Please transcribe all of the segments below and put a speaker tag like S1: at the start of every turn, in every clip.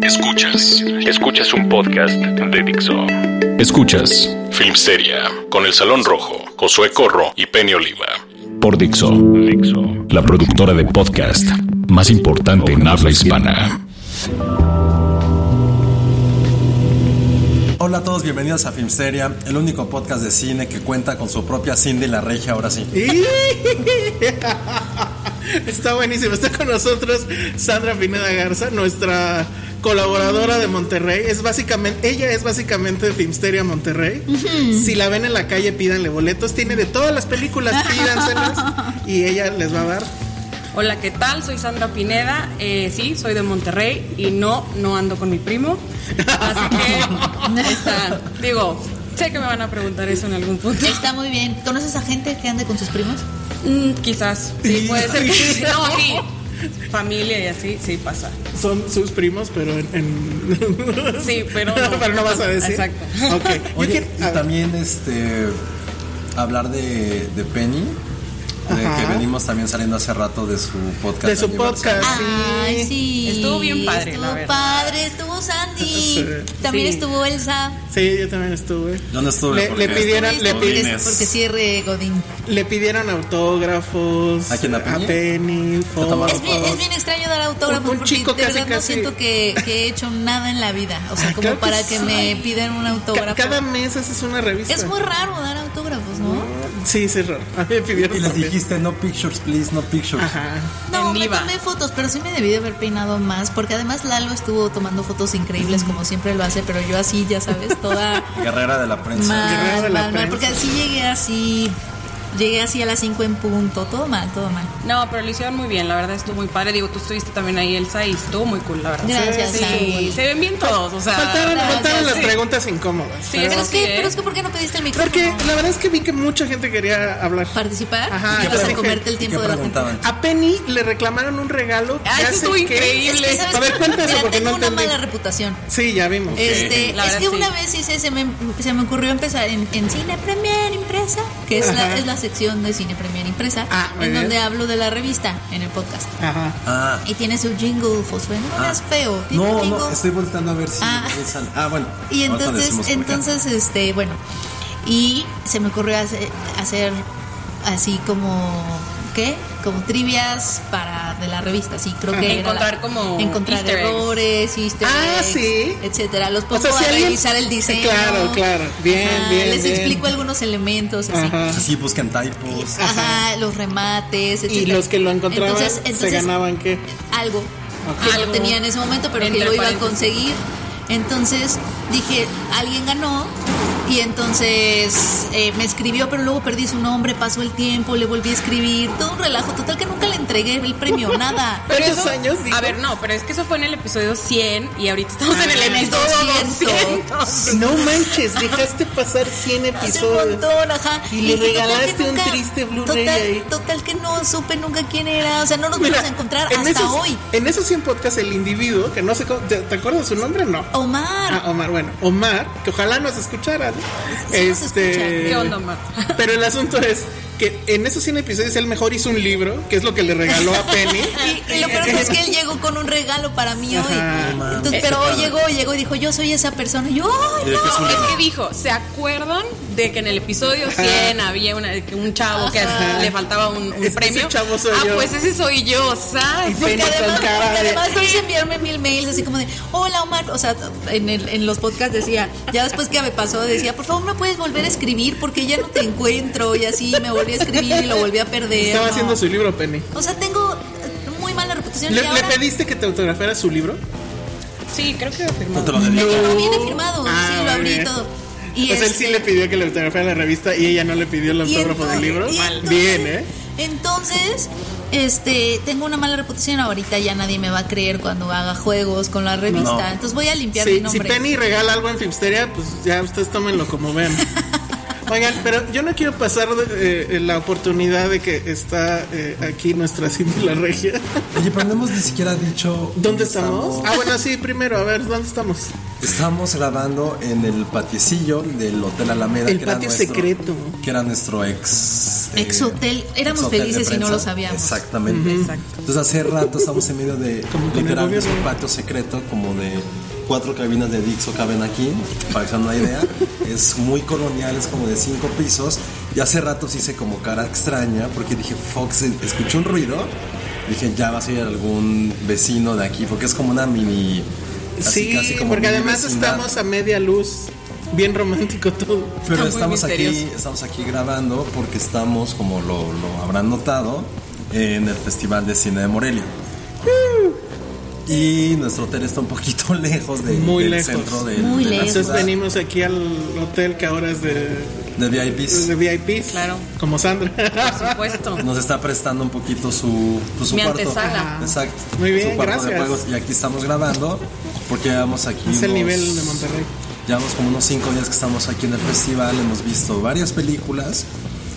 S1: Escuchas, escuchas un podcast de Dixo. Escuchas Filmsteria con El Salón Rojo, Josué Corro y Penny Oliva. Por Dixo, la productora de podcast más importante en habla hispana.
S2: Hola a todos, bienvenidos a Filmsteria, el único podcast de cine que cuenta con su propia Cindy la Regia ahora sí.
S3: Está buenísimo. Está con nosotros Sandra Pineda Garza, nuestra colaboradora de Monterrey. Es básicamente, ella es básicamente de Filmsteria Monterrey. Si la ven en la calle, pídanle boletos. Tiene de todas las películas, pídanselas y ella les va a dar.
S4: Hola, ¿qué tal? Soy Sandra Pineda. Eh, sí, soy de Monterrey y no, no ando con mi primo. Así que, ahí está. Digo, sé que me van a preguntar eso en algún punto.
S5: Está muy bien. ¿Conoces a gente que ande con sus primos?
S4: Mm, quizás, sí, puede ser que sí. No, sí. Familia y así, sí pasa.
S3: Son sus primos, pero en. en-
S4: Sí, pero no.
S3: Pero no vas a decir.
S4: Exacto.
S3: Ok. Yo
S2: Oye,
S3: quiero-
S2: y
S3: a ver.
S2: también este hablar de, de Penny, de
S3: Ajá.
S2: que venimos también saliendo hace rato de su podcast.
S3: de su
S2: aniversario.
S3: podcast.
S5: Ay, sí.
S4: Estuvo bien padre,
S5: Estuvo
S4: la verdad.
S5: padre, estuvo Sandy. También
S4: Sí.
S5: estuvo Elsa.
S3: Sí, yo también estuve.
S2: Yo no estuve
S3: Le-
S2: porque
S3: le pidieron-
S2: estuve
S3: le
S2: con
S3: pidieron-
S2: Godínez.
S5: Porque cierre Godín.
S3: Le pidieron autógrafos.
S2: ¿A quién, a Penny?
S3: Penny, fotos.
S2: tomaron
S5: Es bien, es bien extraño dar autógrafos
S3: Un- un
S5: porque
S3: chico
S5: de
S3: casi,
S5: verdad no
S3: casi.
S5: siento que, que he hecho nada en la vida. O sea,
S3: Ay,
S5: como
S3: claro que
S5: para
S3: sí.
S5: que me pidan un
S3: Ca-
S5: autógrafo.
S3: Cada mes haces una revista.
S5: Es muy raro dar autógrafos, ¿no?
S3: Sí, sí, es raro. A mí me pidieron
S2: Y les
S3: también.
S2: dijiste no pictures, please, no pictures.
S5: No,
S4: En
S5: me
S4: viva.
S5: tomé fotos, pero sí me debí de haber peinado más, porque además Lalo estuvo tomando fotos increíbles como siempre lo hace, pero yo así, ya sabes, toda
S2: Guerrera de la prensa.
S3: Guerrero de
S5: Mal,
S3: la
S5: mal, mal,
S3: prensa.
S5: porque así llegué así, llegué así a las 5 en punto, todo mal, todo mal.
S4: No, pero lo hicieron muy bien, la verdad estuvo muy padre. Digo, tú estuviste también ahí, Elsa, y estuvo muy cool, la verdad.
S5: Gracias,
S4: Sí,
S5: Sandy.
S4: se ven bien todos, o
S5: Ah,
S4: sea.
S3: Faltaron,
S5: gracias,
S3: faltaron las
S4: sí.
S3: preguntas incómodas.
S4: Sí,
S5: Pero
S4: eso
S5: es
S4: sí,
S5: que,
S4: ¿eh?
S5: pero es que ¿por qué no pediste el micrófono?
S3: Porque la verdad es que vi que mucha gente quería hablar.
S5: participar,
S3: Ajá,
S5: y
S3: ¿qué
S5: vas a
S3: pregun-
S5: comerte el
S2: ¿Y qué
S5: tiempo de la Ah, gente.
S2: preguntaban?
S3: A Penny le reclamaron un regalo.
S4: Ah,
S3: que
S4: eso
S3: hace
S4: estuvo
S3: que-
S4: increíble.
S5: Es que, ¿sabes
S3: A ver,
S5: qué?
S3: cuéntese,
S5: Mira,
S3: porque
S5: tengo
S3: no
S5: una
S3: entendí.
S5: mala reputación.
S3: Sí, ya vimos.
S5: Este,
S4: la
S5: es
S4: verdad,
S5: que
S4: sí.
S5: una vez hice, se me, se me ocurrió empezar en, en Cine Premier Impresa, que es la,
S3: Ajá.
S5: es la sección de Cine Premier Impresa,
S3: Ah, muy
S5: en
S3: bien.
S5: donde hablo de la revista en el podcast.
S3: Ajá.
S2: Ah,
S5: Y tiene su jingle, Josué. No
S2: Ah.
S5: hagas feo. tiene un
S2: No, no,
S5: jingle.
S2: estoy volteando a ver si.
S5: Ah.
S2: regresan. Ah, bueno. ahorita
S5: Y entonces,
S2: decimos por qué.
S5: entonces, este, bueno, y se me ocurrió hace- hacer, así como, ¿qué? Como trivias para de la revista, sí, creo que era
S4: Encontrar
S5: la-
S4: como
S5: encontrar
S4: easter eggs.
S5: errores, easter
S3: Ah,
S5: eggs,
S3: sí.
S5: etcétera. Los
S3: O
S5: pongo
S3: sea, si
S5: a
S3: alguien-
S5: revisar el diseño.
S3: Claro, claro. Bien, bien,
S5: Les
S3: bien.
S5: explico algunos elementos, así.
S3: Ajá.
S2: Así buscan Ah, typos.
S5: Ajá, los remates, etcétera.
S3: Y los que lo encontraban se ganaban qué?
S5: Algo. Que
S4: Algo.
S5: lo tenía en ese momento, pero
S4: Entre
S5: que lo iba a
S4: paréntesis.
S5: conseguir. Entonces dije, alguien ganó. Y entonces eh, me escribió, pero luego perdí su nombre, pasó el tiempo, le volví a escribir. Todo un relajo. Total que nunca le entregué el premio, nada.
S3: Pero esos años, digo.
S4: A ver, no, pero es que eso fue en el episodio 100 y ahorita estamos en el
S5: Ah,
S4: episodio
S5: 200.
S4: 200.
S3: No manches, dejaste pasar 100
S5: Hace un
S3: episodios.
S5: montón, ajá.
S3: Y le
S5: total que
S3: regalaste un triste Blu-ray
S5: total-
S3: ahí.
S5: Total que no supe nunca quién era. O sea, no nos
S3: Mira,
S5: vamos a encontrar
S3: en
S5: hasta
S3: esos-
S5: hoy.
S3: En esos 100 podcasts, el individuo, que no sé cómo. ¿Te, te acuerdas su nombre? No.
S5: Omar.
S3: Ah, Omar, bueno, Omar, que ojalá nos escuchara, ¿no?
S5: Sí nos escucha.
S4: ¿Qué onda, Omar?
S3: Este, Pero el asunto es, que en esos 100 episodios él mejor hizo un libro, que es lo que le regaló a Penny. Eh,
S5: Y, y lo peor es que él llegó con un regalo para mí hoy.
S3: oh. Ajá,
S6: mames,
S5: Entonces,
S6: qué
S5: pero hoy
S6: padre.
S5: llegó, llegó y dijo, yo soy esa persona. Y yo, ay,
S6: Y de que es
S5: no.
S6: un-
S4: Es que dijo, ¿se acuerdan de que en el episodio 100 había una- que un chavo que le faltaba un, un
S3: Ese
S4: premio?
S3: chavo soy
S4: ah,
S3: yo.
S4: pues ese soy yo, ¿sabes?
S3: Penny
S5: Porque
S3: con
S5: además,
S3: cara
S5: porque
S3: de-
S5: además Dulce enviarme mil mails así como de, hola Omar, o sea, en, el- en los podcasts decía, ya después que me pasó, decía, por favor no puedes volver a escribir porque ya no te encuentro y así me volví a escribir y lo volví a perder.
S3: Estaba
S5: ¿no?
S3: haciendo su libro, Penny.
S5: O sea, tengo eh, muy mala reputación.
S3: ¿Le,
S5: y
S3: le
S5: ahora
S3: pediste que te autografiara su libro?
S4: Sí, creo que lo
S6: No
S4: firmó.
S6: te lo debía.
S5: no viene firmado,
S3: Ah,
S5: sí, lo
S3: muy
S5: abrí y
S3: bien.
S5: todo. Y
S3: pues él sí
S5: este-
S3: le pidió que le autografiara la revista y ella no le pidió el
S5: Y
S3: autógrafo del
S5: entonces-
S3: libro.
S5: y
S3: Mal.
S5: entonces-
S3: Bien, ¿eh?
S5: Entonces, este, tengo una mala reputación. Ahorita ya nadie me va a creer cuando haga juegos con la revista.
S6: No.
S5: Entonces voy a limpiar mi
S3: Sí, si
S5: nombre.
S3: Penny regala algo en Filmsteria, pues ya ustedes tómenlo como ven. Oigan, pero yo no quiero pasar de, eh, la oportunidad de que está eh, aquí nuestra Cindy la Regia.
S6: Oye, pero no hemos ni siquiera dicho.
S3: ¿Dónde estamos? Ah, bueno, sí, primero, a ver, ¿dónde estamos?
S6: Estamos grabando en el patiecillo del Hotel Alameda.
S3: El
S6: que era
S3: patio
S6: nuestro-
S3: secreto.
S6: Que era nuestro ex. eh,
S5: Ex hotel. Éramos
S6: ex hotel de
S5: felices y no
S6: prensa.
S5: lo sabíamos.
S6: Exactamente. Entonces hace rato estamos en medio de
S3: con el
S6: literal es un
S3: gobierno.
S6: patio secreto como de cuatro cabinas de Dixo caben aquí, para que se den una idea. es muy colonial, es como de cinco pisos. Y hace rato sí hice como cara extraña porque dije, Fox, escuché un ruido. Dije, ya va a ser algún vecino de aquí, porque es como una mini. casi,
S3: sí,
S6: casi como
S3: porque
S6: mini
S3: además
S6: vecindad.
S3: estamos a media luz. Bien romántico todo.
S6: Pero
S4: Está muy
S6: estamos aquí,
S4: misterioso.
S6: estamos aquí grabando porque estamos, como lo, lo habrán notado, en el Festival de Cine de Morelia. Y nuestro hotel está un poquito lejos de-
S3: Muy
S6: del
S3: lejos.
S6: centro de,
S5: Muy
S6: de la
S5: lejos.
S3: Entonces
S6: ciudad,
S3: venimos aquí al hotel que ahora es de,
S6: de VIPs.
S3: de VIPs.
S4: Claro.
S3: Como Sandra.
S4: Por supuesto.
S6: Nos está prestando un poquito su, pues, su
S4: Mi
S6: cuarto.
S4: antesala.
S6: Exacto.
S3: Muy bien,
S6: Su cuarto de
S3: gracias.
S6: juegos. Y aquí estamos grabando porque llevamos aquí.
S3: es el
S6: unos-
S3: nivel de Monterrey.
S6: Llevamos como unos cinco días que estamos aquí en el festival, hemos visto varias películas.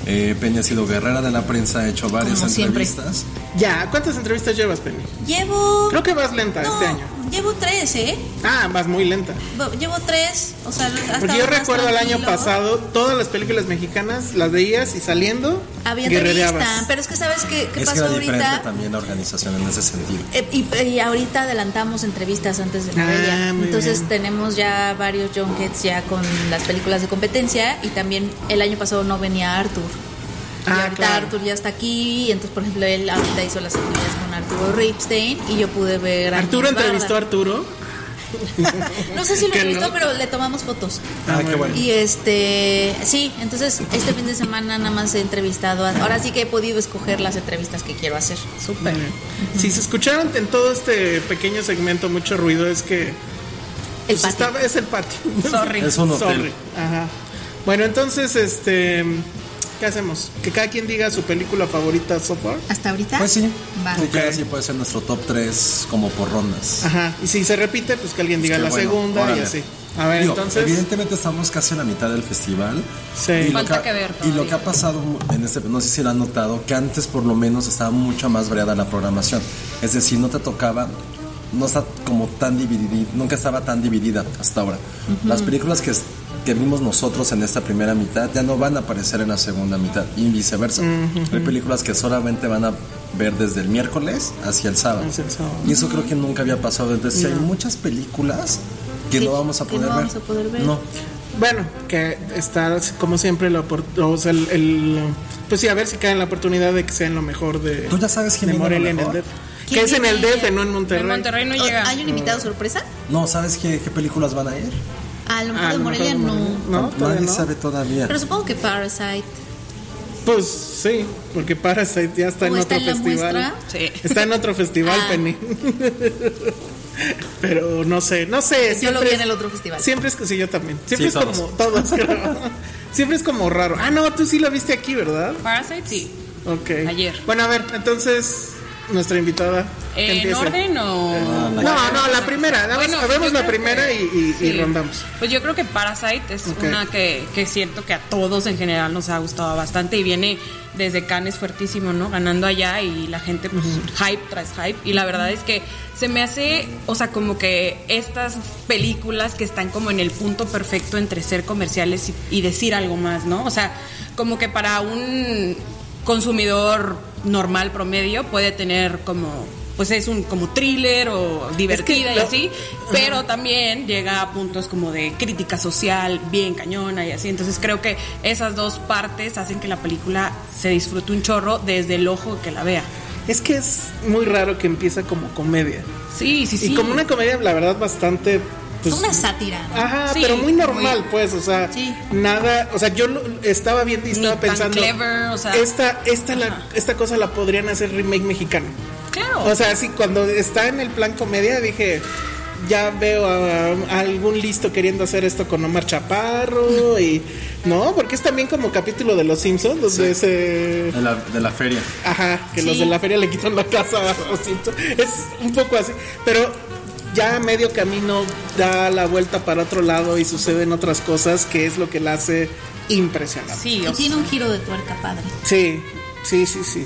S6: Eh, Peña ha sido guerrera de la prensa, ha hecho varias
S5: Como siempre.
S6: entrevistas.
S3: Ya, ¿cuántas entrevistas llevas, Penny?
S5: Llevo.
S3: Creo que vas lenta
S5: no,
S3: este año.
S5: Llevo tres, ¿eh?
S3: Ah, vas muy lenta.
S5: Bu- Llevo tres. O sea, hasta
S3: Porque yo recuerdo el año pasado, todas las películas mexicanas las veías y saliendo
S5: Había entrevista,
S3: guerrereabas.
S5: pero es que sabes qué, qué
S6: Es que
S5: pasó
S6: era diferente
S5: ahorita.
S6: también la organización en ese sentido.
S5: Eh, Y, y ahorita adelantamos entrevistas antes de
S3: Ah,
S5: Morelia.
S3: muy
S5: Entonces
S3: bien.
S5: tenemos ya varios junkets ya con las películas de competencia y también el año pasado no venía Arthur. Y
S3: Ah,
S5: ahorita
S3: claro.
S5: Arthur ya está aquí y entonces por ejemplo él ahorita hizo las entrevistas con Arturo Ripstein y yo pude ver a
S3: Arturo
S5: Agnes
S3: entrevistó a
S5: Barda.
S3: Arturo.
S5: No sé si lo
S3: Qué
S5: entrevistó,
S3: loco.
S5: pero le tomamos fotos.
S6: Ah, qué bueno.
S5: Y este, sí, entonces este fin de semana nada más he entrevistado. a- ahora sí que he podido escoger las entrevistas que quiero hacer.
S3: Pues
S5: Súper.
S3: Si se escucharon en todo este pequeño segmento mucho ruido, es que
S5: El
S3: pues,
S5: patio.
S3: estaba- es el patio.
S4: Sorry.
S6: Es un hotel.
S3: Sorry. Ajá. Bueno, entonces, este, ¿qué hacemos? Que cada quien diga su película favorita so far.
S5: ¿Hasta ahorita?
S6: Pues sí,
S5: Va.
S6: sí, que así puede ser nuestro top 3 como por rondas.
S3: Ajá. Y si se repite, pues que alguien diga
S6: Qué
S3: la
S6: bueno,
S3: segunda
S6: órale.
S3: y así. A ver,
S6: Digo,
S3: entonces.
S6: Evidentemente estamos casi en la mitad del festival.
S3: Sí.
S6: Y lo
S4: Falta
S6: ha-
S4: que ver
S6: Y lo
S4: todavía.
S6: que ha pasado en este, no sé si lo han notado, que antes por lo menos estaba mucho más variada la programación. Es decir, no te tocaba, no está como tan dividida, nunca estaba tan dividida hasta ahora. Las películas que, es- que vimos nosotros en esta primera mitad ya no van a aparecer en la segunda mitad y viceversa. Hay películas que solamente van a ver desde el miércoles hacia el sábado.
S3: Hacia el sábado.
S6: Y eso creo que nunca había pasado. Entonces, sí hay muchas películas que
S5: Que-
S6: no vamos a
S5: que no
S6: poder
S5: vamos a poder ver.
S6: No.
S3: Bueno, que está como siempre la oportunidad. O sea, el, el- Pues sí, a ver si cae en la oportunidad de que sea en lo mejor de.
S6: ¿Tú ya sabes quién
S3: de
S6: viene a lo
S3: Morelia en el
S6: mejor?
S3: DF. Que
S5: ¿Quién
S3: es en el
S5: viene?
S3: DF, no en Monterrey.
S4: En Monterrey no
S5: Oh,
S4: llega.
S5: ¿Hay un invitado sorpresa?
S6: No, ¿sabes qué, qué películas van a ir?
S5: A lo mejor
S3: Ah,
S5: de
S3: no,
S5: Morelia
S3: mejor de
S5: no.
S3: Morelia. No, todavía
S6: Nadie
S3: no.
S6: sabe todavía.
S5: Pero supongo que Parasite.
S3: Pues sí, porque Parasite ya está en
S5: ¿O
S3: otro
S5: está en la
S3: festival.
S5: muestra?
S4: Sí.
S3: Está en otro festival,
S5: Ah.
S3: Penny. Pero no sé, no sé.
S5: Yo
S3: siempre
S5: lo vi en
S3: es-
S5: el otro festival.
S3: Siempre es que sí, yo también. Siempre
S6: Sí,
S3: es
S6: todos.
S3: como todos, creo. Siempre es como raro. Ah, no, tú sí la viste aquí, ¿verdad?
S4: Parasite, sí.
S3: Ok.
S4: Ayer. Eh,
S3: Bueno, a ver, entonces, nuestra invitada? que
S4: ¿En
S3: empiece.
S4: orden o.?
S3: No, no, la primera. Vamos,
S4: Bueno,
S3: vemos
S4: yo
S3: la
S4: creo
S3: primera
S4: que-
S3: y, y- y
S4: sí.
S3: rondamos.
S4: Pues yo creo que Parasite es
S3: Ok.
S4: una que, que siento que a todos en general nos ha gustado bastante y viene desde Cannes fuertísimo, ¿no? Ganando allá y la gente, pues, hype tras hype. Y la verdad es que se me hace, o sea, como que estas películas que están como en el punto perfecto entre ser comerciales y, y decir algo más, ¿no? O sea, como que para un consumidor normal promedio puede tener como pues es un como thriller o divertida
S3: lo-
S4: y así, pero también llega a puntos como de crítica social bien cañona y así. Entonces creo que esas dos partes hacen que la película se disfrute un chorro desde el ojo que la vea.
S3: Es que es muy raro que empieza como comedia.
S4: Sí, sí, sí.
S3: Y como una comedia, la verdad, bastante. pues, Ah,
S5: es una sátira. ¿no?
S3: Ajá,
S4: Sí,
S3: pero muy normal,
S4: muy-
S3: pues, o sea,
S5: Sí.
S3: nada, o sea, yo lo- estaba viendo y
S4: Ni
S3: estaba
S4: tan
S3: pensando,
S4: clever, o sea.
S3: esta, esta, la-
S4: Ajá.
S3: esta cosa la podrían hacer remake mexicano.
S4: Claro.
S3: O sea, sí, cuando está en el plan comedia dije, ya veo a, a algún listo queriendo hacer esto con Omar Chaparro y no, porque es también como capítulo de Los Simpsons donde se
S6: De la, de la feria.
S3: Ajá, que los de la feria le quitan la casa a los Simpsons. Es un poco así. Pero ya a medio camino da la vuelta para otro lado y suceden otras cosas que es lo que la hace impresionante. Sí,
S4: sí,
S5: Y
S4: o sea,
S5: tiene un giro de tuerca padre.
S3: sí, sí, sí, sí.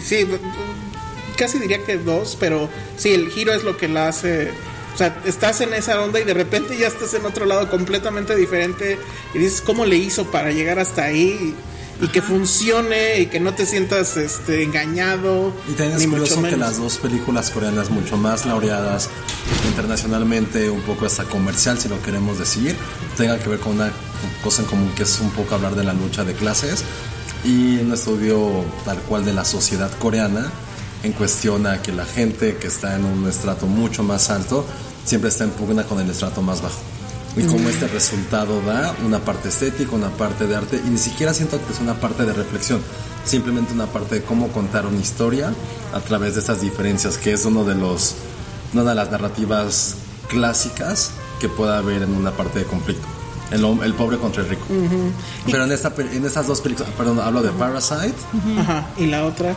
S3: Casi diría que dos, pero sí, el giro es lo que la hace. O sea, estás en esa onda y de repente ya estás en otro lado completamente diferente y dices, ¿cómo le hizo para llegar hasta ahí? Y que funcione y que no te sientas este, engañado.
S6: Y también es
S3: ni mucho
S6: curioso que
S3: menos.
S6: las dos películas coreanas mucho más laureadas internacionalmente, un poco hasta comercial, si lo queremos decir, tengan que ver con una cosa en común que es un poco hablar de la lucha de clases y un estudio tal cual de la sociedad coreana en cuestión a que la gente que está en un estrato mucho más alto siempre está en pugna con el estrato más bajo. Y cómo este resultado da una parte estética, una parte de arte, y ni siquiera siento que es una parte de reflexión, simplemente una parte de cómo contar una historia a través de esas diferencias, que es uno de los, una de las narrativas clásicas que pueda haber en una parte de conflicto. El, hom- el pobre contra el rico. Pero en, esta, pe- en estas dos películas, perdón, hablo de Parasite
S3: Ajá, y la otra.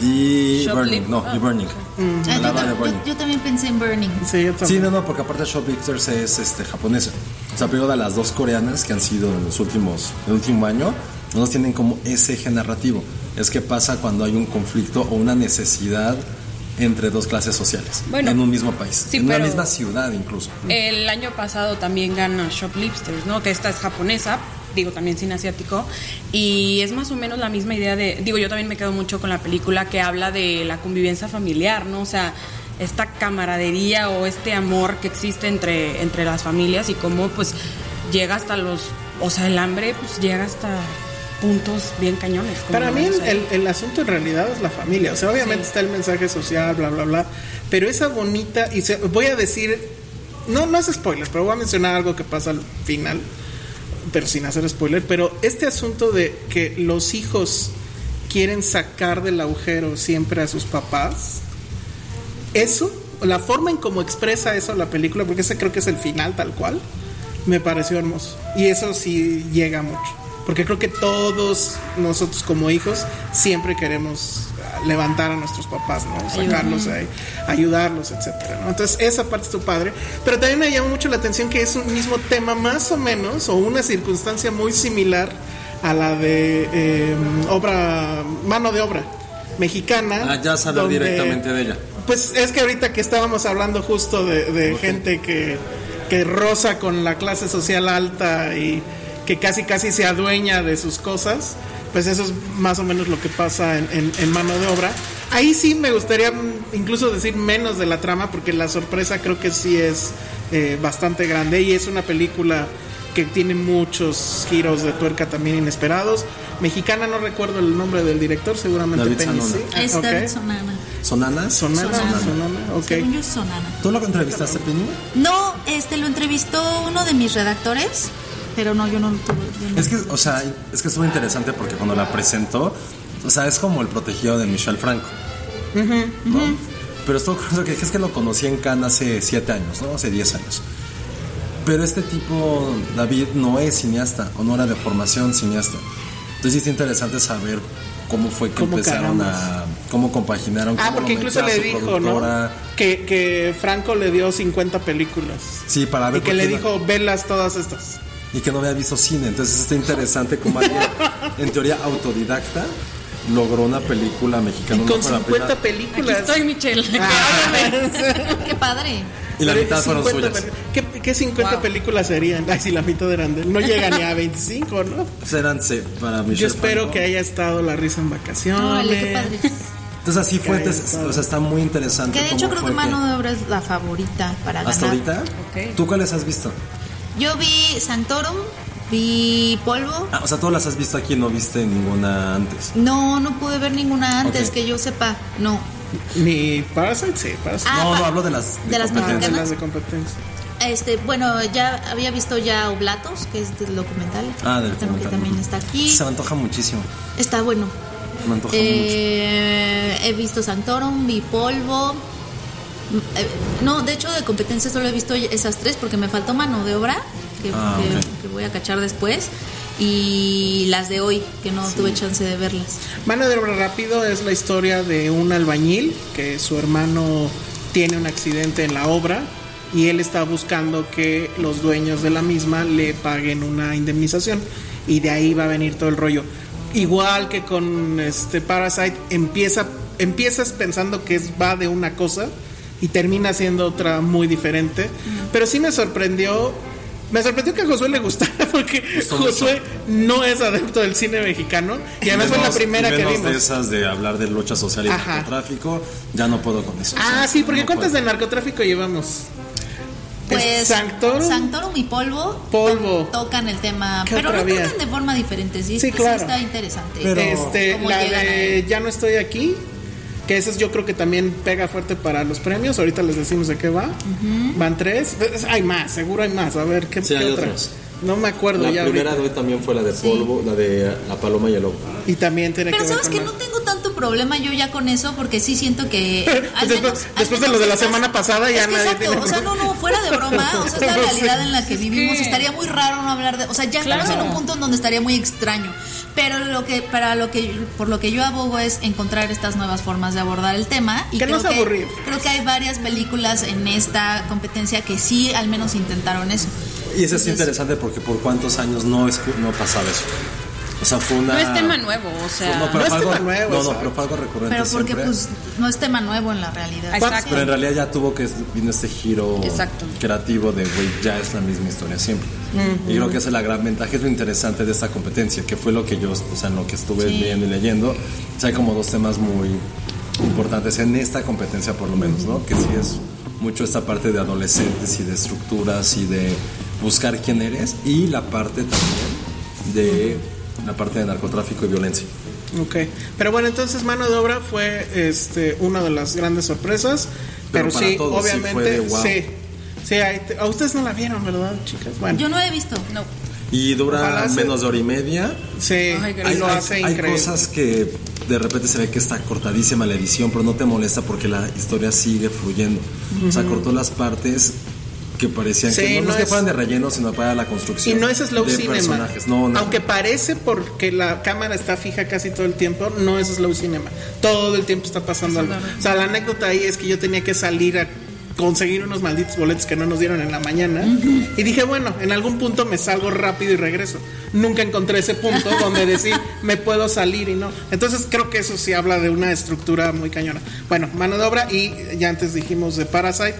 S6: y
S4: Shoplift.
S6: Burning. No, y Burning.
S5: Ah, yo,
S6: Hablaba de
S5: tam-
S6: Burning.
S5: yo- yo también pensé en Burning.
S3: Sí, yo también.
S6: Sí, no, no, porque aparte Shoplifters es este, japonesa. O sea, pero de las dos coreanas que han sido en los últimos, en el último año, no tienen como ese eje narrativo. Es que pasa cuando hay un conflicto o una necesidad entre dos clases sociales.
S4: Bueno.
S6: en un mismo país.
S4: Sí,
S6: en una
S4: pero-
S6: misma ciudad incluso.
S4: El año pasado también gana Shoplifters, ¿no? Que esta es japonesa, digo también sin asiático, y es más o menos la misma idea de, digo, yo también me quedo mucho con la película que habla de la convivencia familiar, ¿no? O sea, esta camaradería o este amor que existe entre, entre las familias y cómo pues llega hasta los, o sea, el hambre pues llega hasta puntos bien cañones. como
S3: Para
S4: lo
S3: mí
S4: vemos ahí.
S3: el, el asunto en realidad es la familia. O sea, obviamente
S4: Sí.
S3: está el mensaje social, bla, bla, bla. Pero esa bonita, y se- voy a decir, no, no es spoiler, pero voy a mencionar algo que pasa al final, pero sin hacer spoiler. Pero este asunto de que los hijos quieren sacar del agujero siempre a sus papás, eso, la forma en cómo expresa eso la película, porque ese creo que es el final tal cual, me pareció hermoso. Y eso sí llega mucho. Porque creo que todos nosotros como hijos siempre queremos ah, levantar a nuestros papás, ¿no? Sacarlos ahí, ayudarlos, etcétera, ¿no? Entonces esa parte tu padre. Pero también me llamó mucho la atención que es un mismo tema más o menos, o una circunstancia muy similar a la de eh, obra, mano de obra mexicana.
S6: Ah, ya saber
S3: donde-
S6: directamente de ella.
S3: pues es que ahorita que estábamos hablando justo de, de gente que, que roza con la clase social alta y que casi casi se adueña de sus cosas, pues eso es más o menos lo que pasa en, en- en mano de obra. Ahí sí me gustaría mm, incluso decir menos de la trama porque la sorpresa creo que sí es eh, bastante grande y es una película que tiene muchos giros de tuerca también inesperados. Mexicana, no recuerdo el nombre del director, seguramente
S6: David
S3: Penny,
S6: Zanona.
S3: sí.
S5: Es
S3: Ah, ok.
S5: David Sonana.
S6: ¿Sonana?
S3: Sonana,
S5: Sonana.
S3: Sonana, ok.
S5: Según yo es Sonana.
S6: ¿Tú lo entrevistaste, Pini?
S5: No, este lo entrevistó uno de mis redactores, pero no, yo no lo tuve. yo no-
S6: Es que, o sea, es que estuvo interesante porque cuando la presentó, o sea, es como el protegido de Michel Franco. ¿no? Pero esto curioso que es que lo conocí en Cannes hace 7 años, ¿no? Hace 10 años. Pero este tipo, David, no es cineasta, o no era de formación cineasta. Entonces sí es interesante saber cómo fue que
S3: ¿Cómo
S6: empezaron
S3: carambas?
S6: a. cómo compaginaron.
S3: Ah,
S6: cómo
S3: porque
S6: lo
S3: incluso
S6: metió a
S3: le
S6: su
S3: dijo, ¿no?
S6: productora.
S3: Que, que Franco le dio 50 películas.
S6: Sí, para ver
S3: Y que
S6: por
S3: le
S6: qué no-
S3: dijo, velas todas estas.
S6: y que no había visto cine. Entonces está interesante como alguien, en teoría autodidacta, logró una película mexicana.
S3: Y
S6: una
S3: con
S6: buena película,
S3: 50
S4: Aquí
S3: películas.
S4: estoy, Michelle.
S3: Ah.
S5: Qué padre.
S6: Y la
S3: Pero
S6: mitad fueron
S3: 50
S6: suyas.
S3: peli- ¿Qué, qué 50
S4: Wow.
S3: películas serían? Ay, si la mitad eran de él. No llega ni a 25, ¿no?
S6: Serán sí, para Michelle
S3: Yo espero
S6: Pues Franco.
S3: que haya estado la risa en vacaciones.
S5: Órale, qué padre.
S6: Entonces así fue, entonces, o sea, está muy interesante.
S5: Que de hecho
S6: cómo
S5: creo
S6: fue
S5: que Mano de Obra es la favorita para ganar.
S6: Hasta ahorita,
S4: Ok.
S6: ¿tú cuáles has visto?
S5: Yo vi Santorum, vi Polvo.
S6: Ah, o sea, todas las has visto aquí, no viste ninguna antes.
S5: No, no pude ver ninguna antes
S6: Ok.
S5: que yo sepa. No.
S3: Ni Parasite, sí, Parasite.
S5: Ah,
S6: no, no
S5: pa-
S6: hablo de las
S5: de
S6: competencias.
S5: las
S3: de
S5: mexicanas.
S3: las de competencia.
S5: Este, bueno, ya había visto ya Oblatos, que es del documental.
S6: Ah, del
S5: Creo
S6: documental.
S5: Que también está aquí.
S6: Se me antoja muchísimo.
S5: Está bueno.
S6: Me antoja
S5: Eh, he visto Santorum, vi Polvo. Mm, eh, No, de hecho de competencia solo he visto esas tres porque me faltó mano de obra, que,
S6: Ah,
S5: que-
S6: ok.
S5: que voy a cachar después, y las de hoy, que no tuve chance de verlas.
S3: Mano de obra rápido es la historia de un albañil que su hermano tiene un accidente en la obra y él está buscando que los dueños de la misma le paguen una indemnización y de ahí va a venir todo el rollo. Igual que con este Parasite empieza empiezas pensando que es va de una cosa y termina siendo otra muy diferente, pero sí me sorprendió me sorprendió que a Josué le gustara porque Josué no es adepto del cine mexicano y además fue la
S6: Menos-
S3: primera que
S6: menos de
S3: vimos.
S6: esas de hablar de lucha social y
S3: Ajá.
S6: narcotráfico, ya no puedo con eso.
S3: Ah,
S6: O sea,
S3: sí, porque
S6: no
S3: ¿cuántas de
S6: puedo.
S3: narcotráfico llevamos?
S5: Pues
S3: Es Sanctorum.
S5: Sanctorum y Polvo
S3: Polvo.
S5: tocan el tema,
S3: ¿Qué
S5: pero
S3: otra
S5: lo
S3: había?
S5: tratan de forma diferente, sí,
S3: Sí,
S5: sí,
S3: claro.
S5: está interesante.
S6: Pero-
S3: este,
S5: ¿Cómo
S3: la
S5: llegan a
S3: de
S5: él?
S3: Ya no estoy aquí, que esa yo creo que también pega fuerte para los premios. Ahorita les decimos de qué va. Van tres. Pues, hay más, seguro hay más. A ver, ¿qué,
S7: Sí,
S3: qué
S7: hay
S3: otra?
S7: otras.
S3: No me acuerdo
S7: La
S3: ya
S7: primera de
S3: ahorita.
S7: hoy también fue la de polvo, la de la paloma y el lobo.
S3: Y también tiene
S5: Pero
S3: que ver
S5: sabes
S3: con
S5: que
S3: la-
S5: no tengo tanto problema yo ya con eso porque sí siento que al
S3: Pues después-
S5: menos- al
S3: después de
S5: menos
S3: lo de la
S5: estas-
S3: semana pasada ya
S5: Es que
S3: nadie
S5: exacto,
S3: tiene
S5: o sea, no,
S3: problema.
S5: no, fuera de broma, o sea, es la
S3: No sé.
S5: realidad en la que vivimos,
S4: que-
S5: estaría muy raro no hablar de, o sea, ya estamos
S4: Claro.
S5: en un punto en donde estaría muy extraño, pero lo que para lo que por lo que yo abogo es encontrar estas nuevas formas de abordar el tema y
S3: Que no
S5: creo
S3: sea
S5: que
S3: aburrido.
S5: creo que hay varias películas en esta competencia que sí al menos intentaron eso.
S6: Y eso es
S5: Entonces-
S6: interesante porque por cuántos años no, escu- no pasaba eso. O sea, fue una.
S4: No es tema nuevo, o
S5: Pues
S4: sea.
S6: No, pero
S3: No es
S6: fue algo,
S3: tema nuevo,
S6: no, no,
S3: ¿sabes?
S6: pero fue algo recurrente.
S5: Pero porque
S6: siempre.
S5: pues no es tema nuevo en la realidad.
S4: Exacto.
S6: Pero en realidad ya tuvo que vino este giro
S4: Exacto.
S6: creativo de güey, ya es la misma historia siempre. Y creo que esa es la gran ventaja, es lo interesante de esta competencia, que fue lo que yo, o sea, en lo que estuve leyendo y leyendo. O sea, hay como dos temas muy importantes en esta competencia por lo menos, ¿no? Que sí es mucho esta parte de adolescentes y de estructuras y de buscar quién eres y la parte también de la parte de narcotráfico y violencia.
S3: Ok, pero bueno, entonces mano de obra fue este una de las grandes sorpresas, pero,
S6: Pero para
S3: sí,
S6: todos sí fue
S3: obviamente
S6: de
S3: sí.
S6: wow.
S3: sí. ahí te- a ustedes no la vieron, ¿verdad, chicas? Bueno,
S5: Yo no he visto. No.
S6: Y dura
S3: Ojalá se-
S6: menos de hora y media,
S3: sí,
S4: Ay,
S3: y
S4: gracias.
S3: lo hace increíble.
S6: cosas que de repente se ve que está cortadísima la edición, pero no te molesta porque la historia sigue fluyendo. O sea, cortó las partes que parecían
S3: Sí,
S6: que no,
S3: no
S6: es que
S3: es-
S6: fueran de relleno, sino para la construcción.
S3: y no es slow
S6: de
S3: cinema.
S6: personajes. No, no.
S3: Aunque parece porque la cámara está fija casi todo el tiempo, no es slow cinema. Todo el tiempo está pasando algo. O sea, la anécdota ahí es que yo tenía que salir a conseguir unos malditos boletos que no nos dieron en la mañana y dije, bueno, en algún punto me salgo rápido y regreso. Nunca encontré ese punto donde decir, me puedo salir y no. Entonces creo que eso sí habla de una estructura muy cañona. Bueno, mano de obra y ya antes dijimos de Parasite.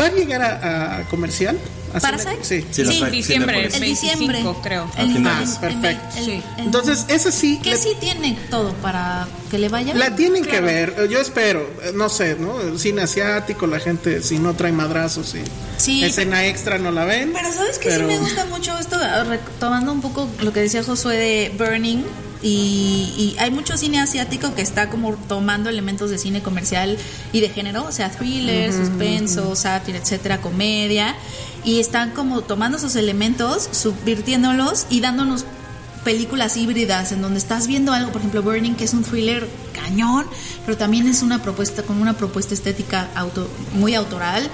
S3: ¿Va a llegar a, a comercial? ¿A cine-
S5: ¿Parasite?
S3: Sí.
S6: Sí, las
S4: Sí,
S6: fa-
S4: diciembre.
S6: Cinépolis.
S5: El
S4: 25,
S5: diciembre.
S4: creo.
S5: El-
S6: Al final
S5: el-
S6: es-
S5: el-
S3: Ah, perfecto.
S5: el-
S4: Sí.
S5: el-
S3: Entonces, ese sí.
S5: que
S3: le-
S5: sí tiene todo para que le vaya.
S3: La
S5: bien.
S3: tienen que ver, yo espero, eh, no sé, ¿no? El cine asiático, la gente si no trae madrazos y
S5: Sí.
S3: escena extra no la ven.
S5: Pero sabes que
S3: Pero-
S5: sí me gusta mucho esto, retomando un poco lo que decía Josué de Burning. Y, y hay mucho cine asiático que está como tomando elementos de cine comercial y de género, o sea, thriller, suspenso, sátira, etcétera, comedia. Y están como tomando esos elementos, subvirtiéndolos y dándonos películas híbridas en donde estás viendo algo, por ejemplo, Burning, que es un thriller cañón, pero también es una propuesta con una propuesta estética auto, muy autoral.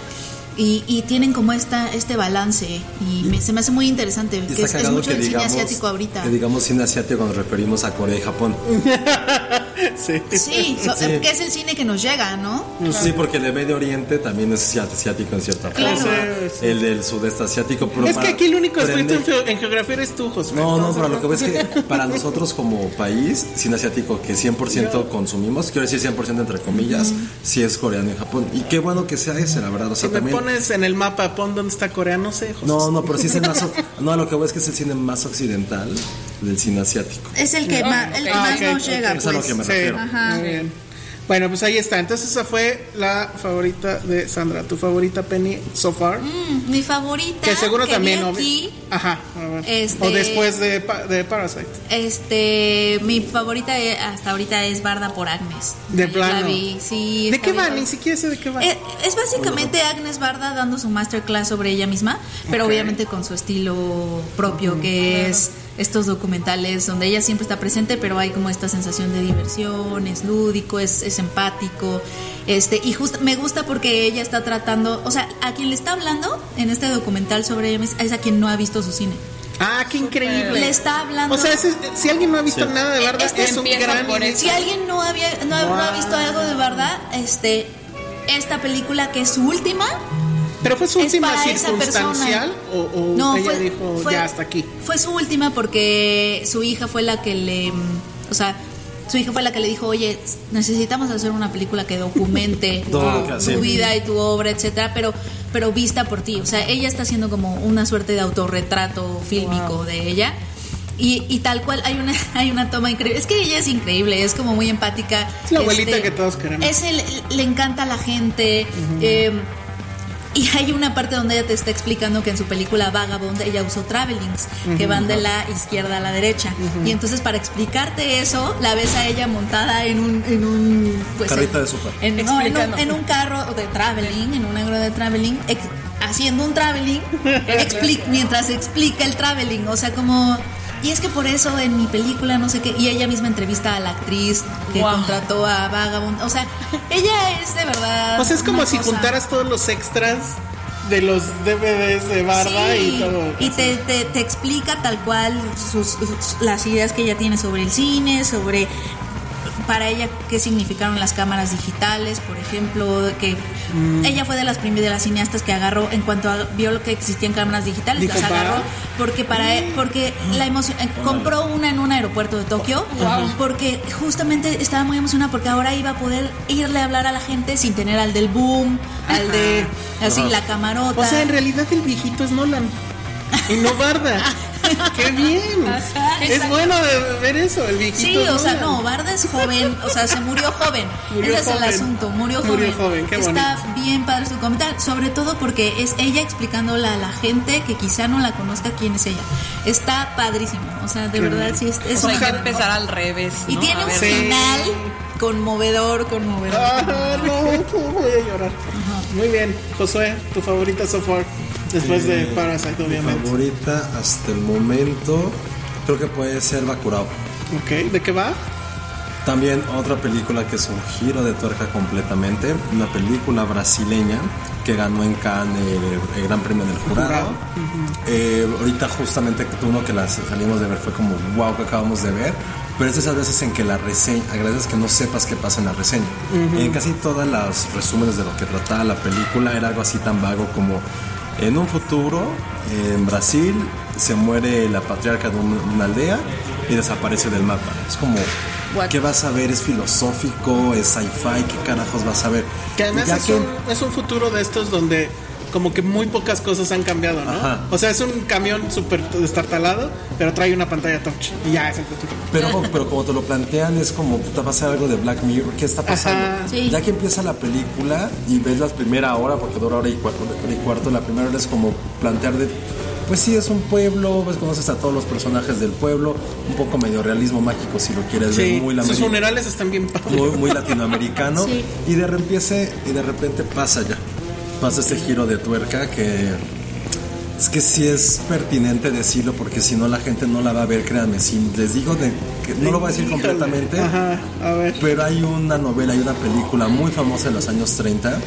S5: Y, y tienen como esta este balance y me- se me hace muy interesante
S6: y
S5: que
S6: está
S5: es, es
S6: cagado
S5: mucho
S6: que
S5: del
S6: digamos-
S5: cine asiático ahorita
S6: Que digamos cine asiático cuando nos referimos a Corea y Japón.
S3: Sí.
S5: Sí, so-
S6: Sí.
S5: que es el cine que nos llega, ¿no?
S6: Sí, porque el de Medio Oriente también es asiat- asiático en cierta
S5: Claro.
S6: forma.
S3: Sí,
S6: El del sudeste asiático. pero
S3: Es que
S6: para-
S3: aquí el único
S6: pero en
S3: experto en,
S6: México-
S3: ge- en geografía eres tú, José.
S6: No, no, pero lo que voy es que para nosotros como país, cine asiático que 100% consumimos, quiero decir 100% entre comillas, sí es coreano y Japón. Y qué bueno que sea ese, la verdad. O
S3: Si
S6: sea,
S3: me
S6: también...
S3: pones en el mapa, pon dónde está Corea, no sé, José.
S6: No, no, pero sí es el más... o- No, lo que voy es que es el cine más occidental del cine asiático.
S5: Es el que más, el que
S3: Ah,
S5: más
S3: ok,
S5: nos
S3: ok.
S5: llega,
S6: Eso es lo
S5: pues.
S6: que me
S3: Sí.
S6: refiero.
S5: Ajá.
S3: Muy bien. Bueno, pues ahí está. Entonces esa fue la favorita de Sandra, tu favorita Penny so far.
S5: Mm, mi favorita.
S3: que seguro
S5: que
S3: también,
S5: vi
S3: ¿no?
S5: aquí,
S3: Ajá. a ver.
S5: Este-
S3: O después de, Pa- de Parasite.
S5: Este, mi favorita eh, hasta ahorita es Barda por Agnes.
S3: De
S5: Yo
S3: plano.
S5: La vi, sí.
S3: ¿De
S5: está
S3: qué
S5: bien
S3: va?
S5: padre.
S3: Ni siquiera sé de qué va.
S5: Eh, Es básicamente Agnes Barda dando su masterclass sobre ella misma, pero
S3: Ok.
S5: obviamente con su estilo propio, que es estos documentales donde ella siempre está presente, pero hay como esta sensación de diversión, es lúdico, es, es empático. Este, y justo me gusta porque ella está tratando, o sea, a quien le está hablando en este documental sobre ella misma es a quien no ha visto su cine.
S3: ah, qué increíble.
S5: Le está hablando.
S3: O sea, ese- si alguien no ha visto nada de verdad,
S5: Este
S3: es un
S4: empieza
S3: gran
S4: por
S3: inicio.
S5: Si alguien no había no, no ha visto algo de Barda, este esta película que es su última
S3: Pero fue su
S5: es
S3: última
S5: para esa
S3: circunstancial
S5: persona.
S3: o, o
S5: No,
S3: ella
S5: fue-
S3: dijo
S5: fue-
S3: ya hasta aquí.
S5: Fue su última porque su hija fue la que le, mm, o sea, su hija fue la que le dijo, oye, necesitamos hacer una película que documente
S6: Todo lo que
S5: tu,
S6: hace.
S5: tu vida y tu obra, etcétera, pero pero vista por ti, o sea, ella está haciendo como una suerte de autorretrato fílmico de ella. Y, y tal cual hay una hay una toma increíble. Es que ella es increíble, es como muy empática. Este,
S3: Es la abuelita que todos queremos.
S5: Es el, le encanta a la gente. eh, y hay una parte donde ella te está explicando que en su película Vagabond ella usó travelings, que van de la izquierda a la derecha. Y entonces para explicarte eso, la ves a ella montada en un... En un pues,
S6: Carrito
S5: en-
S6: de sopa.
S5: En, no, en
S4: Explicando.
S5: un, en un carro de traveling, en un agro de traveling, ex- haciendo un traveling, expli- mientras explica el traveling. O sea, como... Y es que por eso en mi película, no sé qué, y ella misma entrevista a la actriz que
S4: Wow.
S5: contrató a Vagabond. O sea, ella es de verdad...
S3: O sea, es como
S5: una
S3: si
S5: cosa-
S3: juntaras todos los extras de los DVDs de Barda
S5: Sí,
S3: y todo.
S5: y te, te- te explica tal cual sus- sus- las ideas que ella tiene sobre el cine, sobre para ella qué significaron las cámaras digitales, por ejemplo, que
S3: Mm.
S5: ella fue de las primeras de las cineastas que agarró en cuanto a- vio lo que existían cámaras digitales,
S3: Dijo,
S5: las agarró
S3: "Va".
S5: porque para e- porque la emoción eh, compró una en un aeropuerto de Tokio porque justamente estaba muy emocionada porque ahora iba a poder irle a hablar a la gente sin tener al del boom, al de así la camarota.
S3: O sea, en realidad el viejito es Nolan. Y no Barda. ¡Qué bien!
S5: Ajá,
S3: Es
S5: exacto.
S3: bueno de ver eso, el viejito.
S5: Sí,
S3: es
S5: o sea,
S3: Nolan.
S5: no, Barda es joven, o sea, se murió joven.
S3: Murió
S5: Ese
S3: joven.
S5: es el asunto, murió joven.
S3: Murió joven, qué
S5: Está bien padre su comentario, sobre todo porque es ella explicándole a la gente que quizá no la conozca quién es ella. Está padrísimo, o sea, de verdad sí es, es
S4: O sea, hay
S5: una
S4: que
S5: gran
S4: empezar
S5: cosa.
S4: al revés.
S5: Y
S4: ¿no?
S5: tiene
S4: A
S5: un
S4: ver.
S3: Sí.
S5: final conmovedor, conmovedor.
S3: Ah, no, ¿cómo voy a llorar. Muy bien, Josué, tu favorita so far. Después
S6: Eh,
S3: de Parasite,
S6: Mi
S3: obviamente.
S6: favorita hasta el momento creo que puede ser Bakurao.
S3: Ok, ¿de qué va?
S6: También otra película que es un giro de tuerca completamente, una película brasileña que ganó en Cannes el, el Gran Premio del Jurado. Eh, ahorita justamente uno que las salimos de ver fue como wow que acabamos de ver, pero es esas veces en que la reseña, gracias que no sepas qué pasa en la reseña. En casi todas las resúmenes de lo que trataba la película era algo así tan vago como en un futuro, en Brasil, se muere la patriarca de un- una aldea y desaparece del mapa. Es como,
S4: What?
S6: ¿qué vas a ver? ¿Es filosófico? ¿Es sci-fi? ¿Qué carajos vas a ver?
S3: Que además
S6: Ya
S3: es
S6: que-
S3: un, es un futuro de estos donde como que muy pocas cosas han cambiado, ¿no?
S6: Ajá.
S3: O sea, es un camión súper destartalado, pero trae una pantalla touch. Y ya es el futuro.
S6: Pero, como- pero como te lo plantean, es como, puta, va a ser algo de Black Mirror, ¿qué está
S3: Ajá.
S6: pasando?
S5: Sí.
S6: Ya que empieza la película y ves la primera hora, porque dura hora y cuarto, hora y cuarto, la primera hora es como plantear de, pues sí, es un pueblo, pues conoces a todos los personajes del pueblo, un poco medio realismo mágico si lo quieres
S3: Sí,
S6: ver, muy la
S3: sus
S6: Ameri-
S3: funerales están bien padres.
S6: muy, muy latinoamericano y de repente y de repente pasa ya pasa este giro de tuerca que Es que sí es pertinente decirlo porque si no la gente no la va a ver, créanme. Si les digo de que no lo voy a decir
S3: Híjole.
S6: completamente,
S3: Ajá, a ver.
S6: pero hay una novela y una película muy famosa en los años 30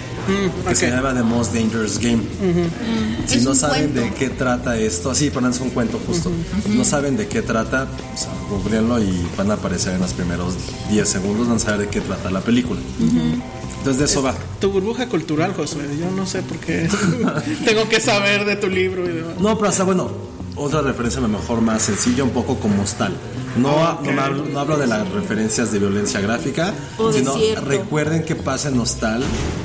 S6: que se
S3: ok.
S6: llama The Most Dangerous Game. Si
S5: Mm, Es
S6: no
S5: un
S6: saben de
S5: cuento.
S6: qué trata esto, ah, sí, ponen un cuento justo. No saben de qué trata, o sea, googleenlo y van a aparecer en los primeros 10 segundos, van a saber de qué trata la película. Entonces de eso va.
S3: Tu burbuja cultural, Josué. Yo no sé por qué. Tengo que saber de tu libro y demás.
S6: No, pero hasta bueno, otra referencia a lo mejor más sencilla, un poco como tal. No,
S3: Ah, ok.
S6: no, me hablo, no hablo de las referencias de violencia gráfica,
S5: O de
S6: sino
S5: cierto.
S6: recuerden que pasa en Hostal,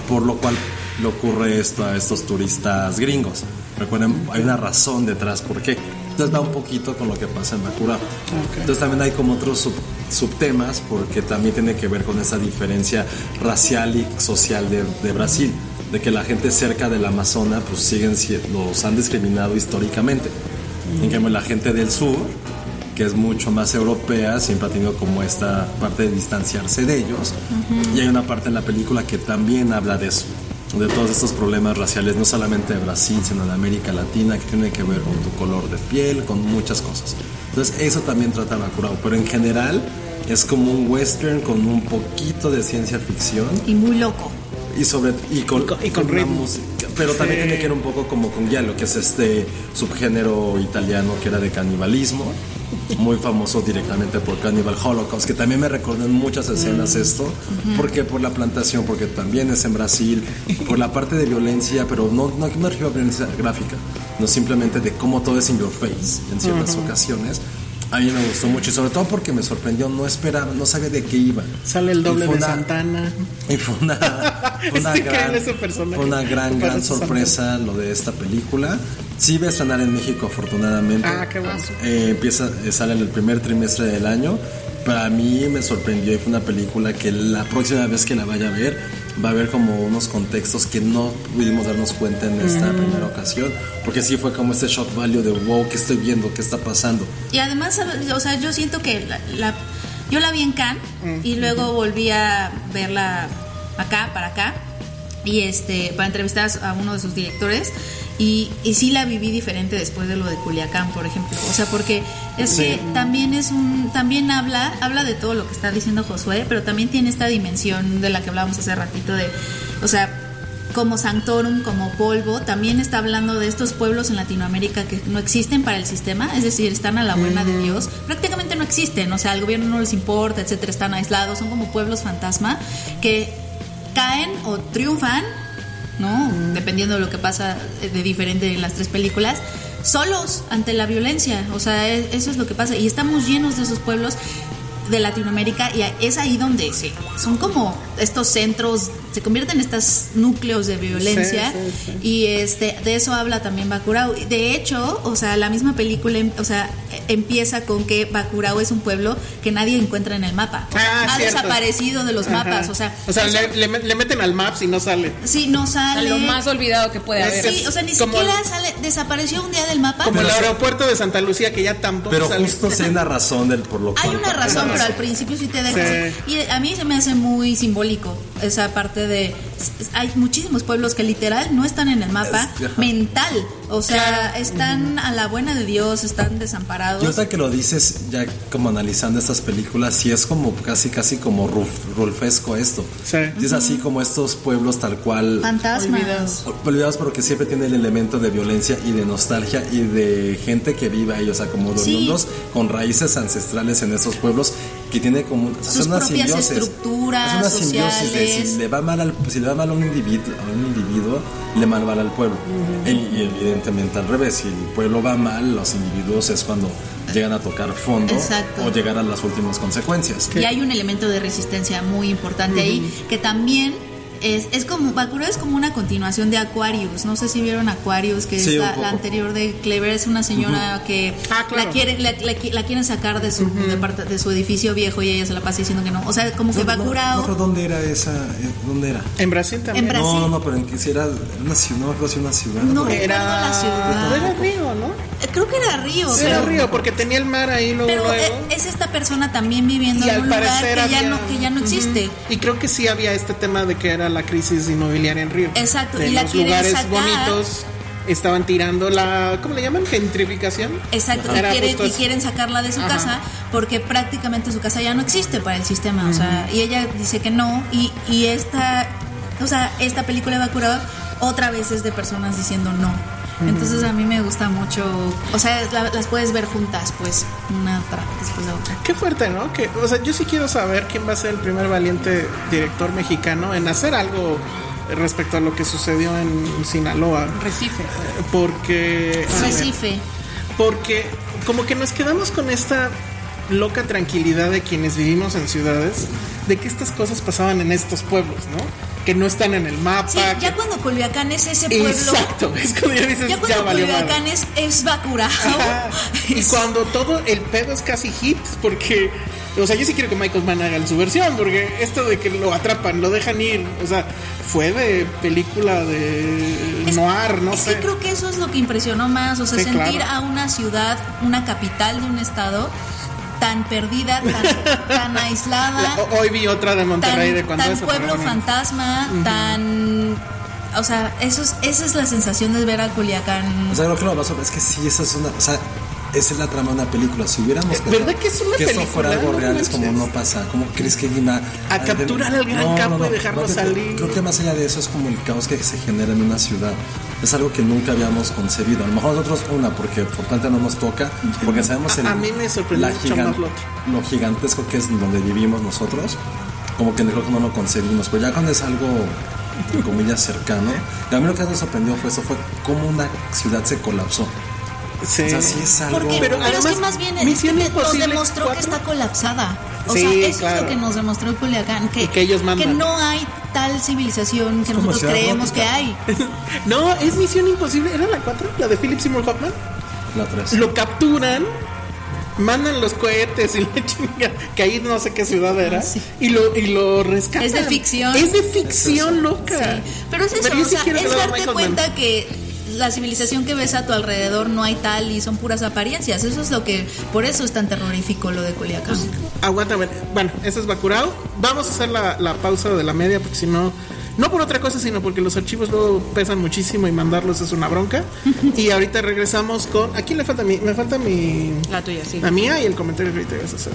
S6: por lo cual le ocurre esto a estos turistas gringos. Recuerden, hay una razón detrás por qué. Entonces va un poquito con lo que pasa en Bakura. Entonces también hay como otros sub- subtemas porque también tiene que ver con esa diferencia racial y social de, de Brasil, de que la gente cerca del Amazonas pues siguen si- los han discriminado históricamente. En cambio la gente del sur, que es mucho más europea, siempre ha tenido como esta parte de distanciarse de ellos. Y hay una parte en la película que también habla de eso, de todos estos problemas raciales, no solamente de Brasil, sino de América Latina, que tiene que ver con tu color de piel, con muchas cosas. Entonces eso también trata Bakurao, pero en general es como un western con un poquito de ciencia ficción
S5: Y muy loco.
S6: y sobre y con,
S3: Y con- y con
S6: una
S3: ritmo.
S6: música, pero también tiene que ver un poco como con Giallo que es este subgénero italiano que era de canibalismo muy famoso directamente por Cannibal Holocaust que también me recordan muchas escenas
S3: Mm.
S6: esto porque por la plantación porque también es en Brasil por la parte de violencia pero no no no me refiero a violencia gráfica no simplemente de cómo todo es in your face en ciertas ocasiones a mí me gustó mucho y sobre todo porque me sorprendió no esperaba no sabía de qué iba
S3: Sale el doble
S6: Y fue
S3: de
S6: una-
S3: Santana.
S6: y fue una, fue una
S3: Este
S6: gran,
S3: cae en ese personaje.
S6: fue una gran, gran
S3: Parece
S6: sorpresa lo de esta película. Sí va a estrenar en México afortunadamente.
S3: Ah, qué bueno.
S6: Eh, empieza, eh, sale en el primer trimestre del año. Para mí me sorprendió y fue una película que la próxima vez que la vaya a ver va a haber como unos contextos que no pudimos darnos cuenta en esta primera ocasión. Porque sí fue como este shock value de wow, ¿qué estoy viendo? ¿Qué está pasando?
S5: Y además, ¿sabes? o sea, yo siento que la, la- yo la vi en Cannes y luego volví a verla acá, para acá, y este, para entrevistar a uno de sus directores. Y, y sí la viví diferente después de lo de Culiacán, por ejemplo. O sea, porque es que también es un, también habla, habla de todo lo que está diciendo Josué, pero también tiene esta dimensión de la que hablábamos hace ratito de, o sea, como Sanctorum, como Polvo, también está hablando de estos pueblos en Latinoamérica que no existen para el sistema, es decir, están a la buena de Dios, prácticamente no existen, o sea, al gobierno no les importa, etcétera, están aislados, son como pueblos fantasma que caen o triunfan, ¿no? Dependiendo de lo que pasa eh, de diferente en las tres películas, solos ante la violencia, o sea, e- eso es lo que pasa, y estamos llenos de esos pueblos de Latinoamérica y a- es ahí donde se, son como estos centros, se convierten en estos núcleos de violencia
S3: Sí, sí, sí.
S5: y este de eso habla también Bakurao. De hecho, o sea, la misma película, em- o sea, e- empieza con que Bakurao es un pueblo que nadie encuentra en el mapa. O sea,
S3: Ah,
S5: ha
S3: cierto.
S5: desaparecido de los mapas, o sea,
S3: O sea,
S5: eso-
S3: le, le met- le meten al maps y no sale.
S5: sí no
S4: A
S5: sale.
S4: lo más olvidado que puede haber.
S5: sí, o sea, ni
S3: como-
S5: siquiera sale, desapareció un día del mapa.
S3: Como el
S6: Pero-
S3: aeropuerto de Santa Lucía que ya tampoco
S6: Pero
S3: sale.
S6: justo sí hay una razón del por lo cual.
S5: Hay una razón, pero al principio sí te dejas. Y a mí se me hace muy simbólico esa parte de. Hay muchísimos pueblos que literal no están en el mapa
S6: Es- ajá.
S5: mental. O sea, están a la buena de Dios, están desamparados.
S6: Yo hasta que lo dices, ya como analizando estas películas, sí es como casi, casi como ruf- rulfesco esto.
S3: Sí.
S6: Y es así como estos pueblos tal cual
S5: Fantasmas.
S6: olvidados, pero que siempre tiene el elemento de violencia y de nostalgia y de gente que vive ahí, o sea, como de
S5: Sí.
S6: oriundos con raíces ancestrales en esos pueblos que tiene como o sea,
S5: Sus
S6: son una
S5: propias
S6: simbiosis.
S5: estructuras
S6: es una simbiosis de
S5: sociales.
S6: si le va mal al, si le va mal a un individuo, a un individuo le mal va mal al pueblo. Y- y, evidentemente al revés, si el pueblo va mal, los individuos es cuando llegan a tocar fondo
S5: Exacto.
S6: o llegar a las últimas consecuencias.
S5: Y hay un elemento de resistencia muy importante ahí que también es, es como Bakuro es como una continuación de Aquarius. No sé si vieron Aquarius, que
S6: Sí,
S5: es
S6: un
S5: la, la
S6: poco.
S5: anterior de Clever, es una señora que
S3: Ah, claro.
S5: la quiere, la, la qui- la quieren sacar de su depart- de su edificio viejo y ella se la pasa diciendo que no. O sea, como que
S6: No, no, no
S5: Bakurao
S6: recuerdo ¿Dónde era esa? eh, ¿Dónde era?
S3: En Brasil eh. también.
S5: en Brasil.
S6: No, no, pero en que si era una ciudad, no, pero si una ciudad.
S5: No
S6: porque-
S5: recuerdo la ciudad.
S3: Era Río, ¿no?
S5: Eh, Creo que era Río,
S3: Era
S5: pero-
S3: Río, porque tenía el mar ahí luego.
S5: Pero eh,
S3: luego.
S5: es esta persona también viviendo
S3: Y
S5: en
S3: al
S5: un lugar que
S3: parecer
S5: ya,
S3: había-
S5: no, que ya no existe.
S3: Y creo que sí había este tema de que era la crisis inmobiliaria en Río.
S5: Exacto,
S3: De
S5: y la
S3: los
S5: quieren
S3: lugares
S5: sacar.
S3: bonitos estaban tirando la, ¿cómo le llaman? Gentrificación.
S5: Exacto,
S3: Ajá.
S5: y
S3: Era
S5: quieren,
S3: justo
S5: y
S3: eso.
S5: quieren sacarla de su casa porque prácticamente su casa ya no existe para el sistema. O sea, y ella dice que no. Y, y esta, o sea, esta película evacuada otra vez es de personas diciendo no. Entonces a mí me gusta mucho, o sea, es la- las puedes ver juntas, pues, una tra- después de otra.
S3: Qué fuerte, ¿no? Que, o sea, yo sí quiero saber quién va a ser el primer valiente director mexicano en hacer algo respecto a lo que sucedió en Sinaloa.
S4: Recife.
S3: pues. Porque. a ver,
S5: Recife.
S3: Porque como que nos quedamos con esta loca tranquilidad de quienes vivimos en ciudades, de que estas cosas pasaban en estos pueblos, ¿no? Que no están en el mapa.
S5: Sí,
S3: que-
S5: ya cuando Culiacán es ese pueblo,
S3: Exacto, es cuando ya dices,
S5: ya
S3: ya,
S5: cuando
S3: valió madre".
S5: Culiacán es, es Bacurao.
S3: Ajá. Y
S5: es-
S3: cuando todo el pedo es casi hit, porque, o sea, yo sí quiero que Michael Mann haga su versión, porque esto de que lo atrapan, lo dejan ir, o sea, fue de película de
S5: Es-
S3: noir, no
S5: sí,
S3: sé.
S5: creo que eso es lo que impresionó más, o sea,
S3: Sí,
S5: sentir
S3: claro.
S5: a una ciudad, una capital de un estado tan perdida, tan, tan
S3: La-
S5: aislada,
S3: ho- hoy vi otra de Monterrey de
S5: Ah. tan,
S3: cuando
S5: tan
S3: eso, pero
S5: pueblo
S3: bueno.
S5: fantasma, tan... O sea, eso es- esa es la sensación de ver a Culiacán.
S6: O sea, creo que lo más sobre es que sí, esa es una. O sea, esa es la trama de una película. Si hubiéramos. pensado
S3: Eh, ¿verdad que es una
S6: esto fuera
S3: película?
S6: algo
S3: No
S6: real, es como
S3: manches.
S6: no pasa. ¿Cómo crees que Lima.
S3: A capturar al gran capo y dejarlo
S6: Más bien,
S3: salir.
S6: Creo que más allá de eso es como el caos que se genera en una ciudad. Es algo que nunca habíamos concebido. A lo mejor nosotros una, porque por tanto no nos toca, porque sabemos
S3: A-
S6: el,
S3: a mí me sorprendió mucho
S6: gigan-
S3: más lo otro.
S6: lo gigantesco que es donde vivimos nosotros, como que creo que no lo concebimos, pero ya cuando es algo, entre comillas, cercano, y a mí lo que más me sorprendió fue eso, fue cómo una ciudad se colapsó.
S3: Sí.
S6: O sea, sí es algo...
S5: Porque, pero,
S3: Pero
S5: es que
S3: además,
S5: más bien es
S3: Misión
S5: que te- nos
S3: Imposible
S5: demostró que
S3: 4.
S5: está colapsada. O
S3: Sí,
S5: sea, eso es
S3: claro.
S5: lo que nos demostró Culiacán, que,
S3: Y que ellos mandan.
S5: que no hay tal civilización que
S6: como
S5: nosotros
S6: ciudad
S5: creemos que
S6: gótica.
S5: hay.
S3: No, es Misión Imposible, ¿era la 4? La de Philip Seymour Hoffman.
S6: La tres.
S3: Lo capturan, mandan los cohetes y la chinga, que ahí no sé qué ciudad era,
S5: Ah, sí.
S3: y, lo, y lo rescatan.
S5: Es de ficción.
S3: Es de ficción loca.
S5: Sí, Pero es eso,
S3: yo
S5: o
S3: sí
S5: sea,
S3: quiero que
S5: es
S3: lo haga
S5: darte
S3: Michael
S5: cuenta
S3: Mann.
S5: que la civilización que ves a tu alrededor no hay tal y son puras apariencias. Eso es lo que, por eso es tan terrorífico lo de Culiacán.
S3: Aguanta, bueno, bueno, eso es Bacurao. Vamos a hacer la, la pausa de la media, porque si no, no por otra cosa, sino porque los archivos luego pesan muchísimo y mandarlos es una bronca. y ahorita regresamos con. ¿A quién le falta mi.? Me falta mi.
S4: La tuya, sí.
S3: La mía y el comentario que ahorita vas a hacer.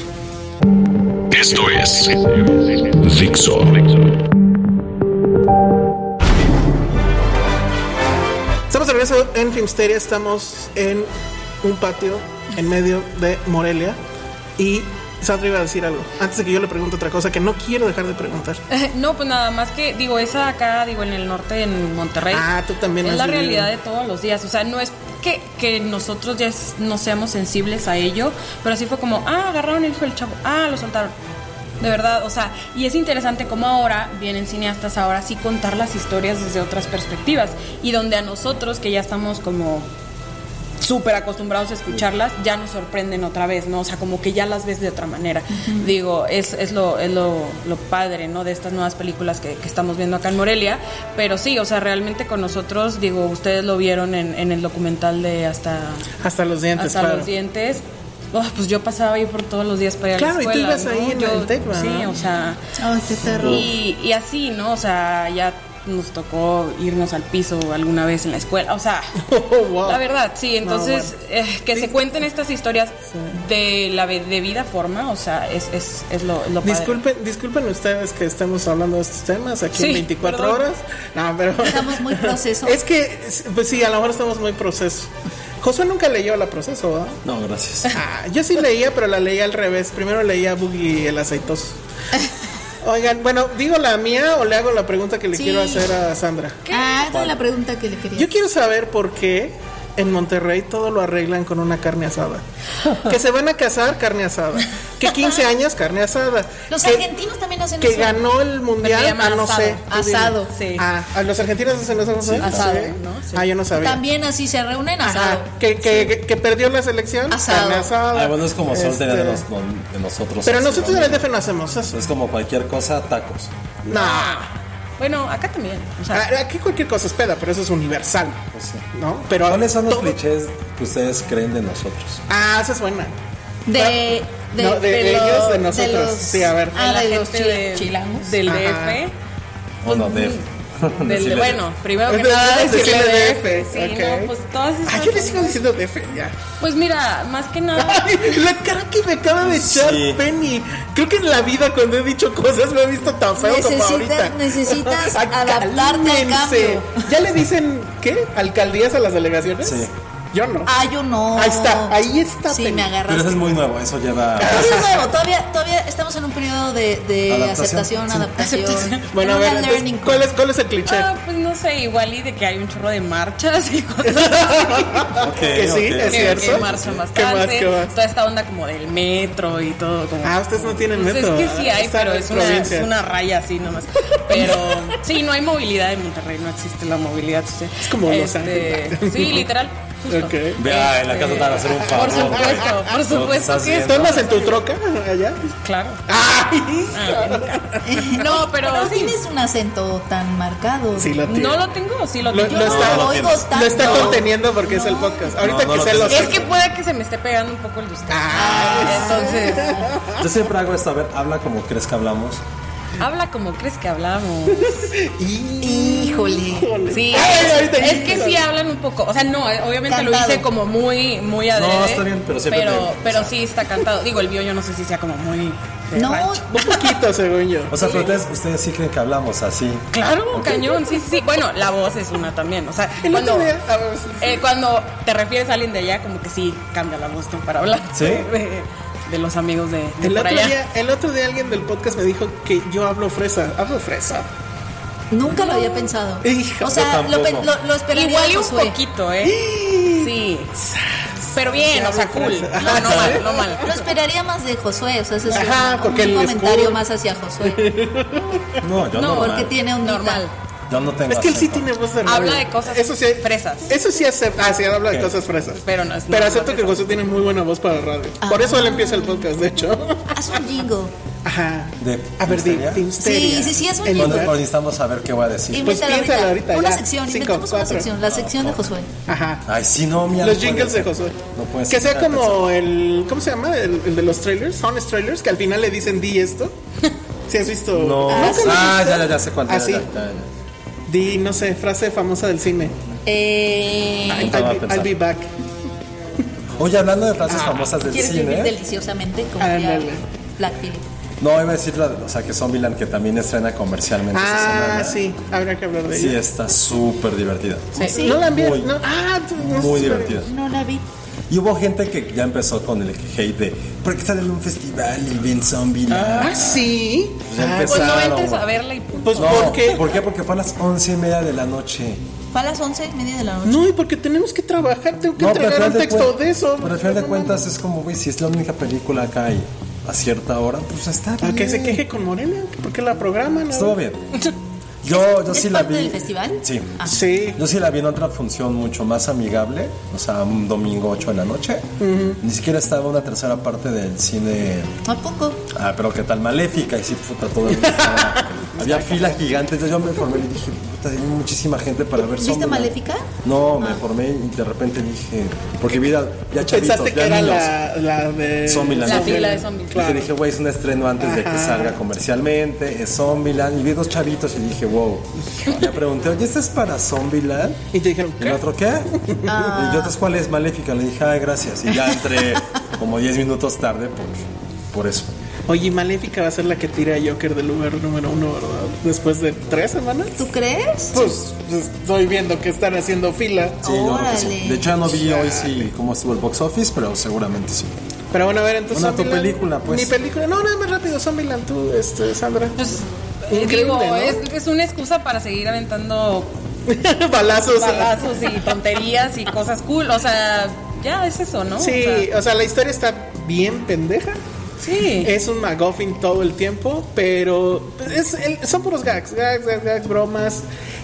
S1: Esto es Dixo.
S3: Estamos de regreso en Filmsteria, estamos en un patio en medio de Morelia y Sandra iba a decir algo, antes de que yo le pregunte otra cosa que no quiero dejar de preguntar.
S4: No, pues nada más que, digo, esa acá, digo, en el norte, en Monterrey.
S3: Ah, tú también
S4: Es
S3: has
S4: la
S3: vivido.
S4: realidad de todos los días. O sea, no es que, que nosotros ya es- no seamos sensibles a ello, pero sí fue como, ah, agarraron el hijo del chavo, ah, lo soltaron. De verdad, o sea, y es interesante cómo ahora vienen cineastas ahora sí contar las historias desde otras perspectivas y donde a nosotros que ya estamos como súper acostumbrados a escucharlas, ya nos sorprenden otra vez, ¿no? O sea, como que ya las ves de otra manera. Digo, es, es, lo, es lo, lo padre, ¿no? De estas nuevas películas que, que estamos viendo acá en Morelia. Pero sí, o sea, realmente con nosotros, digo, ustedes lo vieron en, en el documental de Hasta,
S3: Hasta los dientes,
S4: hasta
S3: claro.
S4: los dientes. Oh, pues yo pasaba ahí por todos los días para ir a
S3: Claro,
S4: la
S3: y tú
S4: escuela.
S3: ibas ahí
S4: ¿no?
S3: en
S4: Yo-
S3: el Tecma,
S4: Sí,
S3: ¿no?
S4: o sea,
S5: Ay, qué terror.
S4: y, y así, ¿no? O sea, ya nos tocó irnos al piso alguna vez en la escuela. O sea,
S3: Oh, wow.
S4: la verdad, sí. Entonces, eh, que se cuenten estas historias de la ve- debida forma, o sea, es, es, es lo, es lo padre.
S3: Disculpen, disculpen ustedes que estemos hablando de estos temas aquí en
S4: Sí,
S3: 24
S4: perdón.
S3: horas. No, pero
S5: Estamos muy proceso.
S3: Pues, es que, pues sí, a lo mejor estamos muy proceso. Josué nunca leyó la proceso, ¿verdad?
S6: No, gracias.
S3: Ah, yo sí leía, pero la leía al revés. Primero leía Boogie el aceitoso. Oigan, bueno, digo la mía o le hago la pregunta que le
S5: Sí.
S3: quiero hacer a Sandra.
S5: Ah, esa es la pregunta que le quería.
S3: Yo quiero saber por qué en Monterrey todo lo arreglan con una carne asada. Que se van a casar, carne asada. Que 15 años, carne asada.
S5: Los
S3: que,
S5: argentinos también hacen
S3: que
S5: eso.
S3: ganó el
S4: Pero le
S3: mundial, ah,
S4: llaman
S3: no
S4: asado.
S3: sé. tú dime.
S5: Asado.
S4: Sí.
S3: Ah, ¿a los argentinos hacen eso, no sé?
S4: asado,
S3: Sí.
S4: ¿no? Sí.
S3: Ah, yo no sabía.
S5: También así se reúnen
S3: Ajá,
S5: asado.
S3: que, que- que- que perdió la selección,
S5: Asado.
S3: carne asada.
S6: Ah, bueno, es como suerte de,
S3: Este,
S6: los- de nosotros.
S3: Pero
S6: así,
S3: nosotros
S6: ¿no?
S3: en el DF no hacemos eso.
S6: Es como cualquier cosa, tacos.
S3: No.
S4: Bueno, acá también. O sea,
S3: Ah, Aquí cualquier cosa es peda, pero eso es universal.
S6: Pues sí.
S3: ¿No? Pero
S6: ¿Cuáles son los
S3: todo-
S6: clichés que ustedes creen de nosotros?
S3: Ah, esa es buena.
S5: De, de,
S3: No, de- de
S5: lo-
S3: ellos, de nosotros. Sí, a ver.
S5: Ah,
S4: la
S5: de los
S4: gente
S5: chilangos.
S4: del
S3: Ajá.
S4: DF.
S6: O no, de-
S4: Del-
S6: Decirle-
S4: bueno, primero que
S3: Entonces,
S4: nada decirle
S3: decirle
S4: DF.
S3: DF,
S4: Sí,
S3: ok.
S4: no, pues todas esas.
S3: Ah, yo le
S4: son-
S3: sigo diciendo DF, ya.
S4: Pues mira, más que nada.
S3: Ay, la cara que me acaba de echar
S6: Sí.
S3: Penny. Creo que en la vida cuando he dicho cosas me he visto tan feo como
S5: Necesitas-
S3: ahorita.
S5: necesitas adaptarte al
S3: Acálmense. ¿Ya le dicen qué? ¿Alcaldías a las delegaciones?
S6: Sí.
S3: Yo no.
S5: Ah, yo no.
S3: Ahí está, ahí está,
S5: Sí,
S3: Penny.
S5: me
S6: Pero
S5: agarras.
S6: eso es muy nuevo, eso lleva.
S5: Eso es nuevo, todavía, todavía estamos en un periodo de, de
S6: Adaptación.
S5: aceptación,
S6: Sí.
S5: adaptación.
S3: Bueno, a ver,
S5: En una
S3: entonces,
S5: learning
S3: ¿cuál, es, ¿cuál es el cliché?
S4: Ah, pues no sé, igual y de que hay un chorro de marchas y cosas así.
S6: Ok,
S3: que sí,
S6: ok.
S3: es
S4: que,
S3: cierto.
S4: que marchan
S3: ¿Qué más,
S4: bastante.
S3: qué más?
S4: Toda esta onda como del metro y todo. Como,
S3: Ah, ustedes no tienen
S4: Pues
S3: metro.
S4: Es que sí hay,
S3: Esta
S4: pero es una,
S3: provincia.
S4: es una raya así nomás. Pero sí, no hay movilidad en Monterrey, no existe la movilidad. o sea,
S3: Es como Los Ángeles.
S4: Sí, literal. Justo.
S3: Ok. Ah,
S6: Vea, en la casa te van a hacer un favor.
S4: Por supuesto, por supuesto
S6: estás
S4: que es.
S6: viendo.
S3: ¿Tú andas en tu troca allá?
S4: Claro.
S3: ¡Ay!
S4: No, pero
S5: No
S4: sí.
S5: tienes un acento tan marcado.
S3: Sí, lo tiene.
S4: No lo tengo, sí lo
S3: Lo-
S4: tengo.
S3: lo está-
S5: lo oigo
S6: tienes.
S5: tanto.
S3: Lo está conteniendo porque es el podcast. Ahorita
S6: no
S3: que
S6: lo
S3: se los.
S6: tienes.
S4: Es que puede que se me esté pegando un poco el de usted.
S3: Ah.
S4: Entonces,
S6: Yo siempre hago esto, a ver, habla como crees que hablamos.
S4: habla como crees que hablamos.
S5: Híjole.
S4: Sí,
S3: Ay,
S4: es-
S3: ahorita
S4: es
S3: dijiste
S4: que
S3: la-
S4: sí hablan un poco, o sea, no, eh, obviamente lo hice
S5: Cantado.
S4: como muy, muy adrede.
S6: está bien, pero siempre
S4: pero,
S6: te-
S4: pero sí está cantado. Digo, el mío yo no sé si sea como muy. de
S5: No,
S4: rancho.
S3: Un poquito, según yo.
S6: O sea, pero ustedes, ustedes sí creen que hablamos así.
S4: Claro, cañón, sí, sí, sí. Bueno, la voz es una también, o sea,
S3: El
S4: cuando,
S3: otro día- a ver, sí, sí.
S4: eh, cuando te refieres a alguien de allá, como que sí cambia la voz ¿no? para hablar.
S6: ¿Sí?
S4: De, de los amigos de, de
S3: El
S4: por
S3: otro,
S4: allá.
S3: día, el otro día alguien del podcast me dijo que yo hablo fresa. Hablo fresa.
S5: Nunca lo había pensado.
S3: Híjole,
S5: o sea, lo, pe-
S6: tampoco.
S5: lo, lo esperaría
S4: Igual
S5: de
S4: y un
S5: Josué.
S4: poquito, ¿eh? Sí. Pero bien, o sea, cool. No, no mal, no mal.
S5: Lo esperaría más de Josué, o sea, ese es
S3: Ajá,
S5: un- un,
S3: porque él es
S5: comentario
S3: cool.
S5: más hacia Josué,
S6: No, yo no.
S5: porque tiene un
S4: Normal.
S6: Yo no tengo.
S3: Es que él sí
S6: acento.
S3: tiene voz de
S4: Habla
S3: radio.
S4: de cosas
S3: eso sí,
S4: fresas.
S3: Eso sí acepto. Ah, sí, habla de
S6: Ok.
S3: cosas fresas.
S4: Pero no es-
S3: Pero
S4: no,
S3: acepto
S4: no
S3: que José tiene muy buena voz para radio. Por eso él empieza el podcast, de hecho.
S5: Haz un jingo.
S3: Ajá.
S6: ¿De
S3: a ver, de
S6: Filmsteria?
S3: Filmsteria.
S5: Sí, sí, sí, es un
S3: En
S5: libro.
S6: Cuando
S3: lugar-
S6: cuando necesitamos saber qué voy a decir.
S3: Pues
S5: Invéntalo
S3: piénsalo ahorita,
S5: Una
S3: ya.
S5: sección,
S3: Cinco,
S5: inventemos una
S3: cuatro.
S5: sección, la sección de Josué.
S3: Ajá.
S6: Ay, sí, no, mira.
S3: Los
S6: no
S3: jingles de
S6: puede
S3: Josué.
S6: ser. No puede ser.
S3: que sea como el. ¿Cómo se llama? El, el de los trailers, Honest Trailers, que al final le dicen di esto. ¿Sí has visto?
S6: No.
S3: ¿Nunca lo
S6: Ah,
S3: viste?
S6: ya, ya, ya sé cuál. ya,
S3: Así.
S6: ya, ya, ya.
S3: Di, no sé, frase famosa del cine.
S5: Eh,
S6: Ay,
S3: I'll
S6: te va a
S3: be,
S6: pensar.
S3: I'll be back.
S6: Oye, hablando de frases famosas del
S5: ¿Quieres vivir
S6: cine.
S5: deliciosamente como
S3: Ándale.
S5: ya Black Phillip?
S6: No, iba a decir la, o sea, que Zombieland, que también estrena comercialmente
S3: Ah,
S6: esta semana.
S3: sí, habrá que hablar de
S6: Sí,
S3: ella.
S6: está súper divertida.
S5: Sí.
S3: No la han visto.
S6: Muy,
S3: No, ah, tú- no
S6: Muy
S3: sé.
S6: divertida.
S5: No la vi.
S4: Pues
S6: Y hubo gente que ya empezó con el hate de ¿Por qué sale en un festival y ven Zombieland?
S3: Ah, sí.
S6: Ya
S3: Ah,
S4: Pues no
S6: Claro,
S4: entres
S6: güey.
S4: a verla y punto.
S3: Pues
S6: No,
S3: ¿por qué?
S6: ¿Por qué? Porque fue a las once y media de la noche.
S5: Fue a las once y media de la noche.
S3: No, y porque tenemos que trabajar, tengo que
S6: No, pero al
S3: entregar
S6: final
S3: un texto
S6: cuen-
S3: de, eso.
S6: Pero al final de cuentas es como, güey, si es la única película acá y a cierta hora, pues está bien.
S3: ¿A que se queje con Morelia? ¿Por qué la programan?
S6: Estuvo bien. Yo, yo
S5: ¿Es
S6: sí la
S5: parte
S6: vi.
S5: del festival?
S6: Sí.
S5: Ah.
S3: Sí.
S6: Yo sí la vi en otra función mucho más amigable, o sea, un domingo 8 de la noche. Ni siquiera estaba una tercera parte del cine,
S5: ¿A poco?
S6: ah, pero qué tal maléfica, y sí, puta, todo el mundo estaba- Había filas gigantes, yo me formé y dije, puta, hay muchísima gente para ver
S5: ¿Viste
S6: Zombieland.
S5: Maléfica?
S6: No,
S3: Ah.
S6: me formé y de repente dije, porque mira, ya chavitos,
S3: Pensaste que
S6: ya
S3: era
S6: niños.
S3: la, la de.
S6: Zombieland.
S4: La fila de zombies.
S6: Y que dije, güey, es un estreno antes de que salga comercialmente, es Zombieland. Y vi dos chavitos y dije, wow. Le pregunté, oye, ¿este es para Zombieland?
S3: Y te dijeron,
S6: ¿Y el
S3: ¿qué?
S6: otro qué? Ah. Y yo, otras ¿cuál es? Maléfica. Le dije, ay, gracias. Y ya entré como 10 minutos tarde por, por eso.
S3: Oye, Maléfica va a ser la que tira a Joker del lugar número uno, ¿verdad? Después de tres semanas.
S5: ¿Tú crees?
S3: Pues, pues, estoy viendo que están haciendo fila.
S6: Sí, yo creo que sí.
S5: Órale.
S6: De hecho, ya no vi hoy sí cómo estuvo el box office, pero seguramente sí.
S3: Pero bueno, a ver, entonces.
S6: Bueno, tu
S3: Zombieland-
S6: película, pues.
S3: Mi película. No, nada más rápido, Zombieland, tú, este, Sandra.
S4: Pues,
S3: Increíble,
S4: digo,
S3: ¿no?
S4: es, es una excusa para seguir aventando
S3: Balazos.
S4: balazos
S3: eh,
S4: y tonterías y cosas cool. O sea, ya es eso, ¿no?
S3: Sí,
S4: O sea,
S3: o sea, la historia está bien pendeja.
S4: sí.
S3: Es un McGuffin todo el tiempo, pero es el- son puros gags, gags, gags, gags, bromas.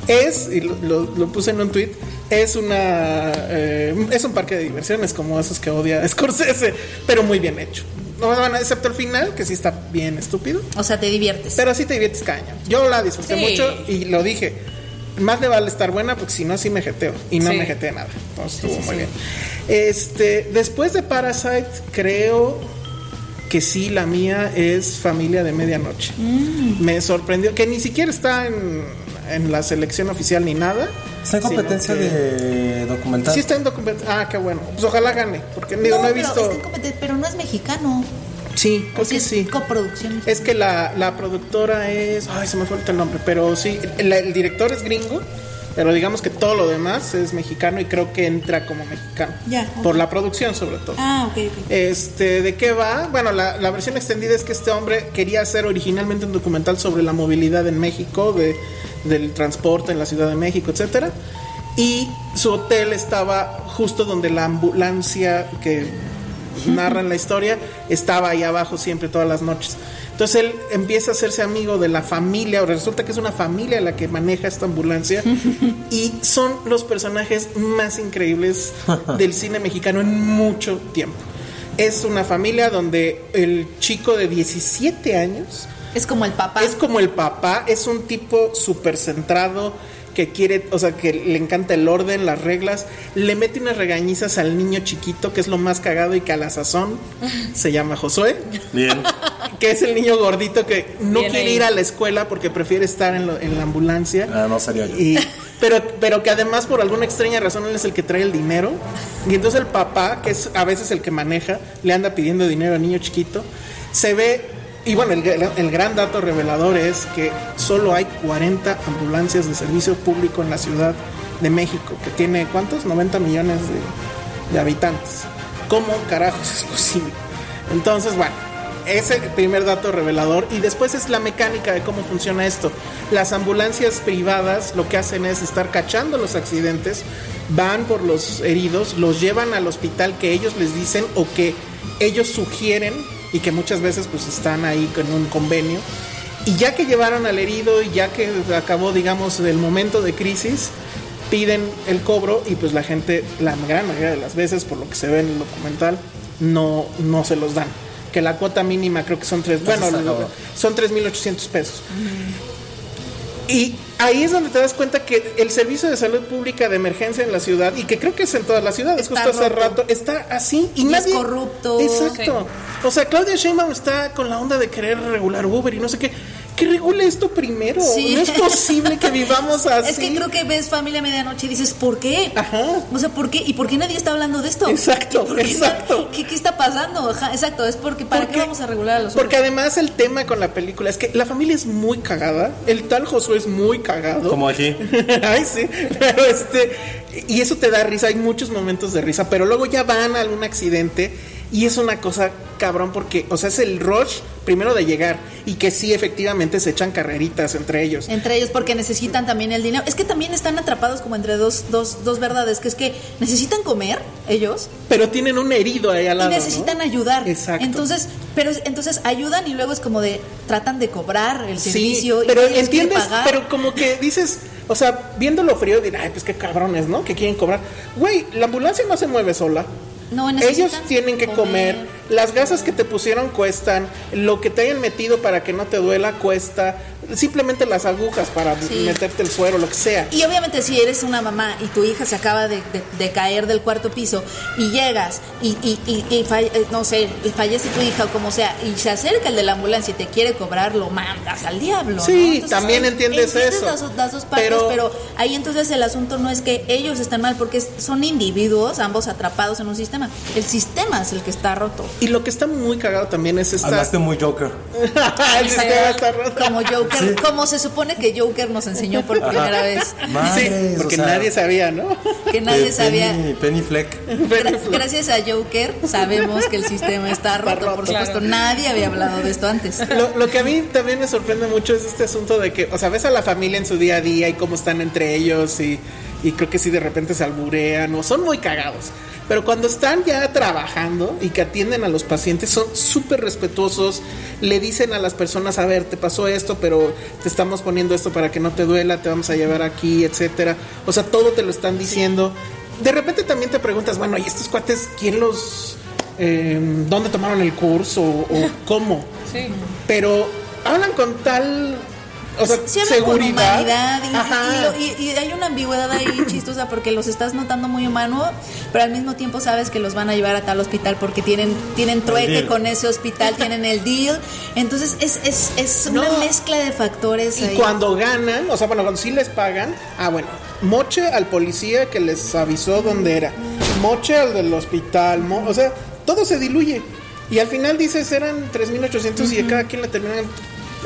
S3: Es, y lo, lo- lo puse en un tweet, es una eh, es un parque de diversiones como esos que odia Scorsese, pero muy bien hecho. No, bueno, excepto el final, que sí está bien estúpido.
S5: O sea, te diviertes.
S3: Pero sí te diviertes caña. Yo la disfruté
S4: Sí.
S3: mucho y lo dije. Más le vale estar buena porque si no, sí me jeteo. Y no
S4: Sí.
S3: me jeteé nada. Entonces estuvo muy bien. Este, después de Parasite, creo que sí, la mía es Familia de Medianoche. Me sorprendió. Que ni siquiera está en, en la selección oficial ni nada.
S6: Está en
S3: sino
S6: competencia
S3: que-
S6: de documental.
S3: Sí está en documental. Ah, qué bueno. Pues ojalá gane, porque digo, no, he
S5: pero,
S3: visto.
S5: está en competen- pero no es mexicano.
S3: Sí, creo
S5: O sea,
S3: que
S5: es
S3: sí.
S5: Coproducción.
S3: Es que la, la productora es. Ay, se me fue ahorita el nombre. Pero sí, el, el director es gringo. Pero digamos que todo lo demás es mexicano y creo que entra como mexicano.
S5: Ya, ok.
S3: Por la producción, sobre todo.
S5: Ah, ok, ok.
S3: Este, ¿de qué va? Bueno, la, la versión extendida es que este hombre quería hacer originalmente un documental sobre la movilidad en México, de, del transporte en la Ciudad de México, etcétera. Y su hotel estaba justo donde la ambulancia que narra en la historia estaba ahí abajo siempre todas las noches. Entonces él empieza a hacerse amigo de la familia, o resulta que es una familia la que maneja esta ambulancia, y son los personajes más increíbles del cine mexicano en mucho tiempo. Es una familia donde el chico de 17 años
S5: Es como el papá.
S3: es como el papá, es un tipo súper centrado que quiere, o sea, que le encanta el orden, las reglas, le mete unas regañizas al niño chiquito, que es lo más cagado y que a la sazón se llama Josué,
S6: Bien.
S3: que es el niño gordito que no
S4: Bien
S3: quiere
S4: ahí.
S3: ir a la escuela porque prefiere estar en, lo- en la ambulancia.
S6: Ah, no sería yo.
S3: Y- pero, pero que además por alguna extraña razón él es el que trae el dinero. Y entonces el papá, que es a veces el que maneja, le anda pidiendo dinero al niño chiquito. Se ve, y bueno, el, gra- el gran dato revelador es que solo hay 40 ambulancias de servicio público en la Ciudad de México, que tiene, ¿cuántos? 90 millones de, de habitantes. ¿Cómo carajos es posible? Entonces, bueno, ese primer dato revelador y después es la mecánica de cómo funciona esto. Las ambulancias privadas lo que hacen es estar cachando los accidentes, van por los heridos, los llevan al hospital que ellos les dicen o que ellos sugieren y que muchas veces pues están ahí con un convenio. Y ya que llevaron al herido y ya que acabó digamos el momento de crisis, piden el cobro y pues la gente, la gran mayoría de las veces, por lo que se ve en el documental, no, no se los dan. Que la cuota mínima creo que son tres, bueno,
S6: está
S3: lo-
S6: cabrón.
S3: son 3.800 pesos. Y ahí es donde te das cuenta que el servicio de salud pública de emergencia en la ciudad, y que creo que es en todas las ciudades,
S5: Está
S3: justo hace
S5: roto.
S3: rato, está así y,
S5: Y es
S3: nadie-
S5: corrupto.
S3: Exacto. O sea, Claudia Sheinbaum está con la onda de querer regular Uber y no sé qué. Que regule esto primero.
S5: Sí.
S3: No es posible que vivamos así.
S5: Es que creo que ves familia a medianoche y dices, ¿por qué?
S3: Ajá.
S5: O sea, ¿por qué? ¿Y por qué nadie está hablando de esto?
S3: Exacto,
S5: ¿Y por qué na-
S3: exacto.
S5: ¿Qué, qué está pasando? Ajá, exacto, es porque ¿para qué
S3: Porque-
S5: vamos a regular a los
S3: Porque
S5: hombres?
S3: además el tema con la película es que la familia es muy cagada. El tal Josué es muy cagado.
S6: Como aquí.
S3: Ay, sí. Pero este. Y eso te da risa. Hay muchos momentos de risa. Pero luego ya van a algún accidente. Y es una cosa cabrón porque, o sea, es el rush primero de llegar. Y que sí, efectivamente, se echan carreritas entre ellos.
S5: Entre ellos porque necesitan también el dinero. Es que también están atrapados como entre dos, dos, dos verdades, que es que necesitan comer ellos
S3: Pero tienen un herido ahí al lado.
S5: y
S3: ¿no?
S5: necesitan ayudar.
S3: Exacto.
S5: Entonces, pero es- entonces ayudan y luego es como de tratan de cobrar el servicio y
S3: pero
S5: nadie les quiere
S3: entiendes,
S5: pagar.
S3: pero como que dices, o sea, viéndolo frío, dirás, ay, pues qué cabrones, ¿no? Que quieren cobrar. Güey, la ambulancia no se mueve sola.
S5: No,
S3: Ellos
S5: necesitan
S3: tienen que comer.
S5: comer.
S3: las gasas que te pusieron cuestan, lo que te hayan metido para que no te duela cuesta, simplemente las agujas para
S5: Sí.
S3: meterte el suero, lo que sea.
S5: Y obviamente si eres una mamá y tu hija se acaba de, de- de caer del cuarto piso y llegas y, y- y- y fall- eh, no sé, y fallece tu hija o como sea, y se acerca el de la ambulancia y te quiere cobrar, lo mandas al diablo. ¿no?
S3: Sí, también entiendes eso.
S5: Las, dos- las dos partes, pero,
S3: Pero-
S5: ahí entonces el asunto no es que ellos están mal porque es- son individuos, ambos atrapados en un sistema. El sistema es el que está roto.
S3: Y lo que está muy cagado también es esta...
S6: Hablaste muy Joker.
S3: el sistema está roto.
S5: Como Joker, como se supone que Joker nos enseñó por primera vez,
S3: Sí,
S6: Madres, o
S3: porque
S6: sea,
S3: nadie sabía, ¿no?
S5: que nadie
S6: de
S5: sabía.
S6: Penny, Penny Fleck.
S5: Gra- gracias a Joker sabemos que el sistema está roto, por supuesto. Nadie había hablado de esto antes.
S3: Lo, lo que a mí también me sorprende mucho es este asunto de que, o sea, ves a la familia en su día a día y cómo están entre ellos y, y creo que si de repente se alburean o son muy cagados. Pero cuando están ya trabajando y que atienden a los pacientes son súper respetuosos, le dicen a las personas, a ver, te pasó esto, pero te estamos poniendo esto para que no te duela, te vamos a llevar aquí, etcétera. O sea, todo te lo están diciendo. De repente también te preguntas, bueno, ¿y estos cuates quién los... eh, ¿Dónde tomaron el curso o cómo?
S4: Sí.
S3: pero hablan con tal o sea,
S5: Sí hablan con
S3: seguridad.
S5: humanidad y-
S3: Ajá.
S5: y lo- y, y hay una ambigüedad ahí chistosa porque los estás notando muy humano, pero al mismo tiempo sabes que los van a llevar a tal hospital porque tienen, tienen trueque
S6: deal.
S5: con ese hospital, tienen el deal. Entonces es, es, es una
S3: No.
S5: mezcla de factores.
S3: Y
S5: ahí.
S3: cuando ganan, o sea, bueno, cuando sí les pagan, ah, bueno, moche al policía que les avisó dónde era, moche al del hospital, mo- o sea, todo se diluye. Y al final dices, eran 3.800 y a cada quien le terminan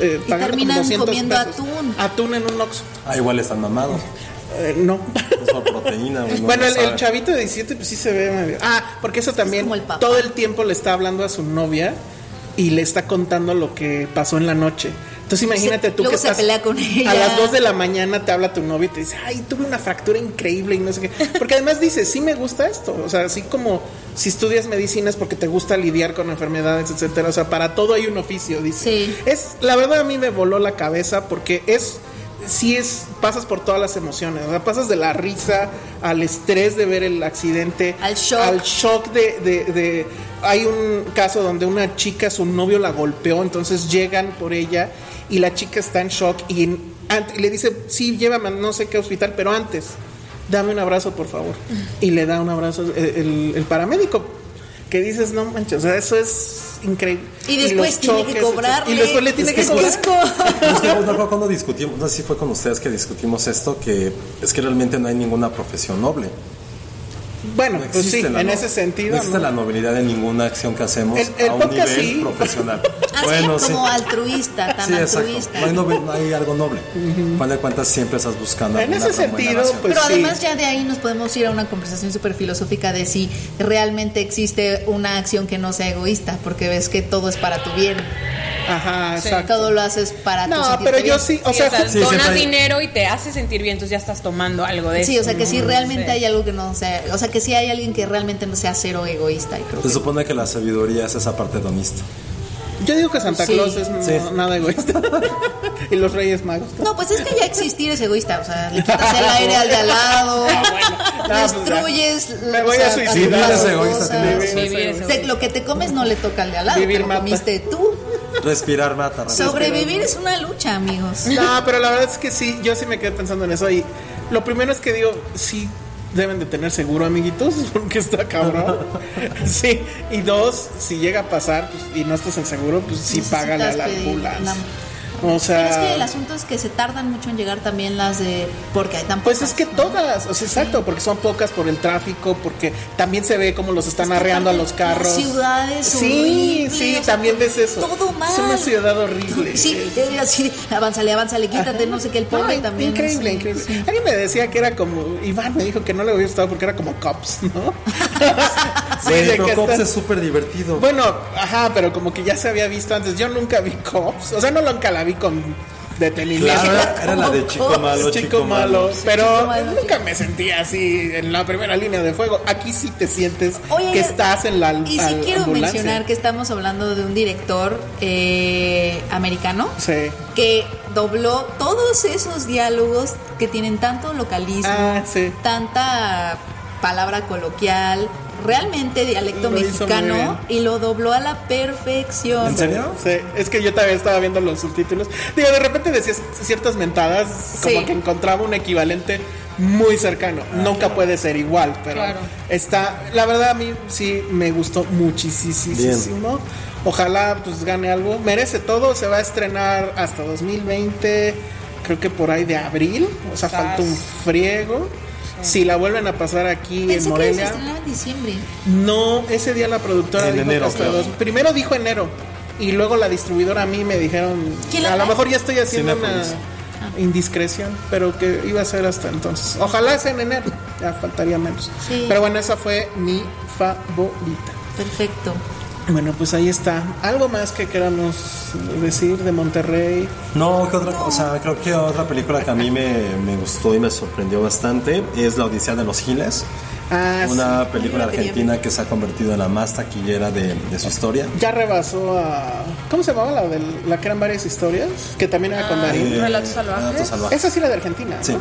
S3: eh, pagando como
S5: terminan
S3: 200
S5: comiendo
S3: pesos.
S5: atún.
S3: Atún en un Oxxo.
S6: Ah, igual están mamados.
S3: Eh, no.
S6: Es por proteína, güey, no
S3: bueno,
S6: lo
S3: el, el
S6: sabe.
S3: chavito de 17 pues sí se ve medio- Ah, porque eso también
S5: como el papá.
S3: todo el tiempo le está hablando a su novia y le está contando lo que pasó en la noche. Entonces imagínate
S5: Se-
S3: tú que
S5: luego se
S3: estás
S5: pelea con ella.
S3: a las 2 de la mañana te habla tu novio y te dice, "Ay, tuve una fractura increíble" y no sé qué. Porque además dice, "Sí me gusta esto", o sea, así como si estudias medicina es porque te gusta lidiar con enfermedades, etcétera, o sea, para todo hay un oficio, dice.
S5: Sí.
S3: Es la verdad a mí me voló la cabeza porque es sí es pasas por todas las emociones, o sea, pasas de la risa al estrés de ver el accidente,
S5: Al shock.
S3: shock de, de- de- hay un caso donde una chica su novio la golpeó, entonces llegan por ella y la chica está en shock y, en- ant- y le dice sí llévame a no sé qué hospital, pero antes dame un abrazo por favor y le da un abrazo eh, el, el paramédico que dices no manches, o sea eso es increíble
S5: Y después
S3: los
S5: tiene que
S3: choques,
S5: cobrarle.
S3: y después le tiene
S5: Es
S3: que
S5: es
S3: cobrar
S6: Es que no recuerdo cuando discutimos, no sé si fue con ustedes que discutimos esto, que es que realmente no hay ninguna profesión noble.
S3: Bueno,
S6: No
S3: pues sí,
S6: existe la
S3: en
S6: no-
S3: ese sentido.
S6: No existe
S3: ¿no?
S6: la nobilidad en ninguna acción que hacemos
S3: El- el
S6: a un
S3: podcast
S6: nivel
S3: sí.
S6: profesional.
S5: Así
S6: bueno, sí.
S5: como altruista, tan
S6: Sí, exacto.
S5: altruista.
S6: No hay, noble- no hay algo noble. Al final de cuentas siempre estás buscando.
S3: En
S6: alguna
S3: ese
S6: buena
S3: sentido,
S6: acción.
S3: pues
S5: Pero
S3: sí.
S5: además ya de ahí nos podemos ir a una conversación súper filosófica de si realmente existe una acción que no sea egoísta, porque ves que todo es para tu bien.
S3: Ajá, exacto.
S5: Todo lo haces para tu
S3: No,
S5: sentirte
S3: pero yo
S5: bien.
S3: sí, o
S4: Sí, o
S3: sea,
S4: sea,
S6: sí,
S4: donas
S6: siempre hay-
S4: dinero y te hace sentir bien, entonces ya estás tomando algo de
S5: Sí, o
S4: eso,
S5: sea que
S4: ¿no?
S5: sí realmente
S4: Sí.
S5: hay algo que no sea, o sea que sí hay alguien que realmente no sea cero egoísta y creo que
S6: Se supone que la sabiduría es esa parte hedonista.
S3: yo digo que Santa
S5: Sí.
S3: Claus es no-
S6: Sí.
S3: nada egoísta. y los Reyes Magos.
S5: no, pues es que ya existir es egoísta, o sea, le quitas el aire al de al lado,
S3: Ah, pues ya.
S5: destruyes,
S3: Me voy
S5: o sea,
S3: a suicidar.
S5: las
S6: Eres egoísta,
S5: cosas.
S6: tienes
S4: razón. Vivir es
S5: Te- lo que te comes no le toca al de al lado,
S3: Vivir
S5: te lo
S3: mata.
S5: comiste tú.
S6: Respirar mata. respirar.
S5: Sobrevivir es una lucha, amigos.
S3: No, pero la verdad es que sí, yo sí me quedé pensando en eso. Y lo primero es que digo, sí deben de tener seguro, amiguitos, porque está cabrón. sí, y dos, si llega a pasar pues, y no estás en seguro, pues sí,
S5: Necesitas
S3: págale a la
S5: pedir
S3: ambulancia.
S5: la-
S3: O sea.
S5: Pero es que el asunto es que se tardan mucho en llegar también las de. Porque hay tan
S3: Pues
S5: pocas,
S3: es que
S5: ¿no?
S3: todas, o sea, exacto, porque son pocas por el tráfico, porque también se ve cómo los están arreando a los carros.
S5: Las ciudades
S3: Sí,
S5: horribles,
S3: sí,
S5: o sea,
S3: también ves eso.
S5: Todo mal.
S3: Es una ciudad horrible.
S5: Sí, eh, así, avánzale, avánzale, quítate, no sé qué, el pobre
S3: Ay,
S5: también.
S3: Increíble,
S5: sí,
S3: increíble.
S5: sí.
S3: Alguien me decía que era como. Iván me dijo que no le había gustado porque era como cops, ¿no? sí,
S6: Güey,
S3: de
S6: pero
S3: que
S6: Cops
S3: estás-
S6: es súper divertido.
S3: Bueno, ajá, pero como que ya se había visto antes. Yo nunca vi cops. O sea, no nunca la vi con detenimiento.
S6: Claro, era, era la de chico
S5: Cops,
S6: malo,
S3: chico, malo, pero
S5: Chico malo,
S3: nunca
S5: chico.
S3: me sentí así en la primera línea de fuego. Aquí sí te sientes
S5: Oye,
S3: que estás en la
S5: Y sí
S3: al-
S5: quiero
S3: ambulancia.
S5: mencionar que estamos hablando de un director eh, americano.
S3: Sí.
S5: que dobló todos esos diálogos que tienen tanto localismo,
S3: Ah, sí.
S5: tanta palabra coloquial, realmente dialecto
S3: Lo hizo muy
S5: mexicano y lo dobló a la perfección.
S6: ¿En serio?
S3: Sí, es que yo también estaba viendo los subtítulos. Digo, de repente decías ciertas mentadas,
S5: Sí.
S3: como que encontraba un equivalente muy cercano.
S6: Ah,
S3: Nunca puede ser igual, pero
S4: Claro.
S3: está. La verdad, a mí sí me gustó muchísimo. Ojalá pues gane algo. Merece todo. Se va a estrenar hasta 2020, creo que por ahí de abril. O sea,
S4: Sas.
S3: falta un friego. Si la vuelven a pasar aquí
S5: Pensé
S3: en
S5: que se
S3: Morelia.
S5: estrenaba en diciembre.
S3: No, ese día la productora
S6: En
S3: dijo que
S6: enero,
S3: hasta
S6: creo.
S3: dos- Primero dijo enero y luego la distribuidora a mí me dijeron,
S5: ¿Quién la
S3: a lo
S5: ve?
S3: mejor ya estoy haciendo una
S6: Cinépolis.
S3: indiscreción, pero que iba a ser hasta entonces. Ojalá sea en enero, ya faltaría menos.
S5: Sí.
S3: Pero bueno, esa fue mi favorita.
S5: Perfecto.
S3: Bueno, pues ahí está. Algo más que queramos decir de Monterrey.
S6: No, que otra cosa, creo que otra película que a mí me, me gustó y me sorprendió bastante es La Odisea de los Giles,
S3: Ah,
S6: una
S5: sí.
S6: película
S5: Yo la quería
S6: argentina que se ha convertido en la más taquillera de, de su historia.
S3: sí, ya rebasó a... ¿Cómo se llamaba la, de la que eran varias historias? Que también era con Darín.
S4: Relatos salvajes.
S6: Relatos Eh, salvajes.
S3: Esa sí era de Argentina.
S6: Sí.
S3: ¿no?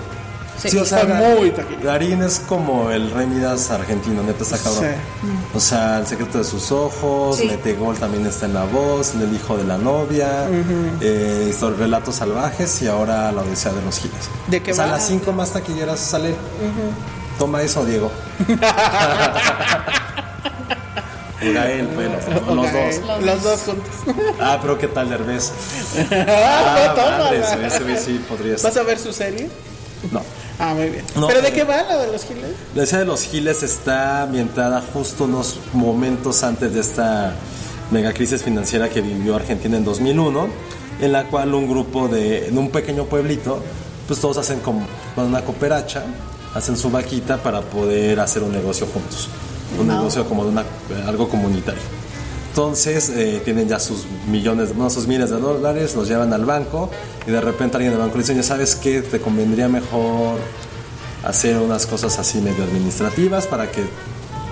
S4: Sí.
S6: Sí, o sea,
S3: Está
S6: Gar-
S3: muy taquilla.
S6: Garín es como el Rey Midas argentino, neta está cabrón.
S3: Sí.
S6: O sea, el secreto de sus ojos,
S5: Sí.
S6: Mete Gol también está en la voz, en el hijo de la novia, eh, hizo relatos salvajes y ahora la odisea de los giles.
S3: ¿De qué
S6: o sea,
S3: va?
S6: las cinco más taquilleras sale. Toma eso, Diego. Y Gael, bueno, pues, los dos.
S3: Ok, Los dos juntos.
S6: Ah, pero qué tal Derbez. Ah, madres,
S3: Tómala.
S6: ese güey sí podría
S3: ¿Vas
S6: ser.
S3: a ver su serie?
S6: No.
S3: Ah, muy bien.
S6: No,
S3: ¿Pero de
S6: eh.
S3: qué va la de los giles?
S6: La escena de los Giles está ambientada justo unos momentos antes de esta megacrisis financiera que vivió Argentina en 2001, en la cual un grupo de, en un pequeño pueblito, pues todos hacen como con una cooperacha, hacen su vaquita para poder hacer un negocio juntos, un negocio como de una, algo comunitario. Entonces eh, tienen ya sus millones, no, sus miles de dólares, los llevan al banco y de repente alguien del banco le dice, ya sabes qué, te convendría mejor hacer unas cosas así medio administrativas para que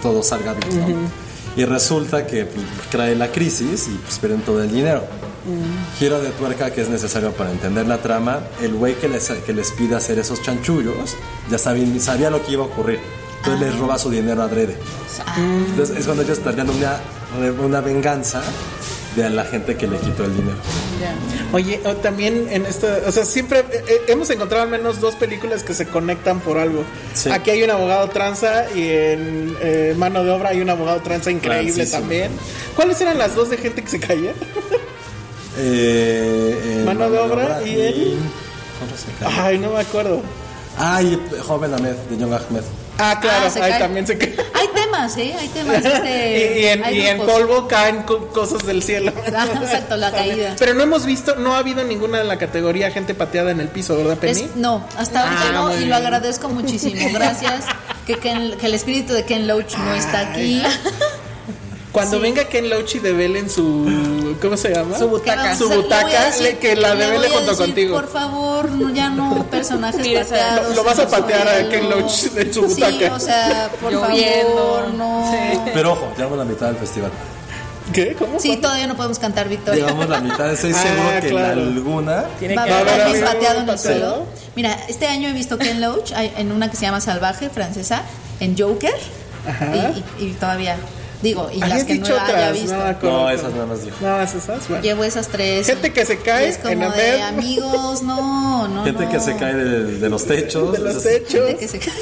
S6: todo salga bien. ¿no? Y resulta que pues, trae la crisis y pues, pierden todo el dinero.
S3: Mm.
S6: Giro de tuerca que es necesario para entender la trama. El güey que les, que les pide hacer esos chanchullos ya sabía, sabía lo que iba a ocurrir. Entonces
S3: Ah.
S6: les roba su dinero adrede. Entonces es cuando ellos planean una, una venganza de la gente que le quitó el dinero.
S3: Oye, o también en esta, o sea, siempre eh, eh, hemos encontrado al menos dos películas que se conectan por algo.
S6: Sí.
S3: Aquí hay un abogado tranza y en eh, Mano de Obra hay un abogado tranza increíble
S6: Transísimo.
S3: también. ¿Cuáles eran las dos de gente que se caía?
S6: Eh, eh,
S3: Mano de obra y el-
S6: ¿Cómo se llama?
S3: Ay, no me acuerdo.
S6: Ay, joven Ahmed, de John Ahmed.
S3: Ah, claro,
S5: Ah, se
S3: ahí
S5: cae.
S3: también se caía.
S5: Hay temas, ¿eh? Hay temas. Este,
S3: y, y en,
S5: hay
S3: y en
S5: grupos.
S3: polvo caen co- cosas del cielo.
S5: Ah, exacto, la caída.
S3: Pero no hemos visto, no ha habido ninguna en la categoría gente pateada en el piso, ¿verdad, Penny?
S5: Es- no, hasta ahorita
S3: Ah,
S5: no,
S3: muy
S5: y
S3: bien.
S5: lo agradezco muchísimo. Gracias. Que, Ken- que el espíritu de Ken Loach no está aquí.
S3: Cuando venga Ken Loach y develen su. ¿Cómo se llama? Su
S5: ¿Qué vamos a
S3: Su
S5: hacer? Le voy a
S3: butaca,
S5: decir-
S3: le- que la
S5: le voy
S3: devele
S5: a
S3: junto
S5: decir,
S3: contigo.
S5: Por favor, no, ya no personajes
S4: Mira,
S5: pateados.
S3: lo- lo vas a
S5: en el
S3: patear a Ken
S5: suelo.
S3: Loach de su
S5: Sí,
S3: butaca.
S5: o sea, por
S4: Lloviendo.
S5: favor, no. Sí.
S6: Pero ojo, llevamos la mitad del festival.
S3: ¿Qué? ¿Cómo?
S5: todavía no podemos cantar Victoria.
S6: Llevamos la mitad, estoy
S3: Ah,
S6: seguro que
S3: claro.
S6: en alguna.
S5: Va a
S3: que
S5: haber
S3: haber
S5: alguien
S3: algún
S5: pateado en el
S3: paseo.
S5: suelo. Mira, este año he visto Ken Loach hay- en una que se llama Salvaje, francesa, en Joker. Y, y- y todavía, digo, y las
S3: Habías
S5: que no
S3: dicho
S5: haya
S3: otras,
S5: visto.
S3: no me acuerdo.
S6: No, esas nada más dijo.
S3: No, es esas, bueno.
S5: Llevo esas tres.
S3: Gente que se cae
S5: y es como
S3: en la
S5: de
S3: bed.
S5: amigos, no, no.
S6: Gente
S5: no.
S6: que se cae de, de los techos.
S3: De los
S6: Entonces,
S3: techos,
S5: Gente que se cae.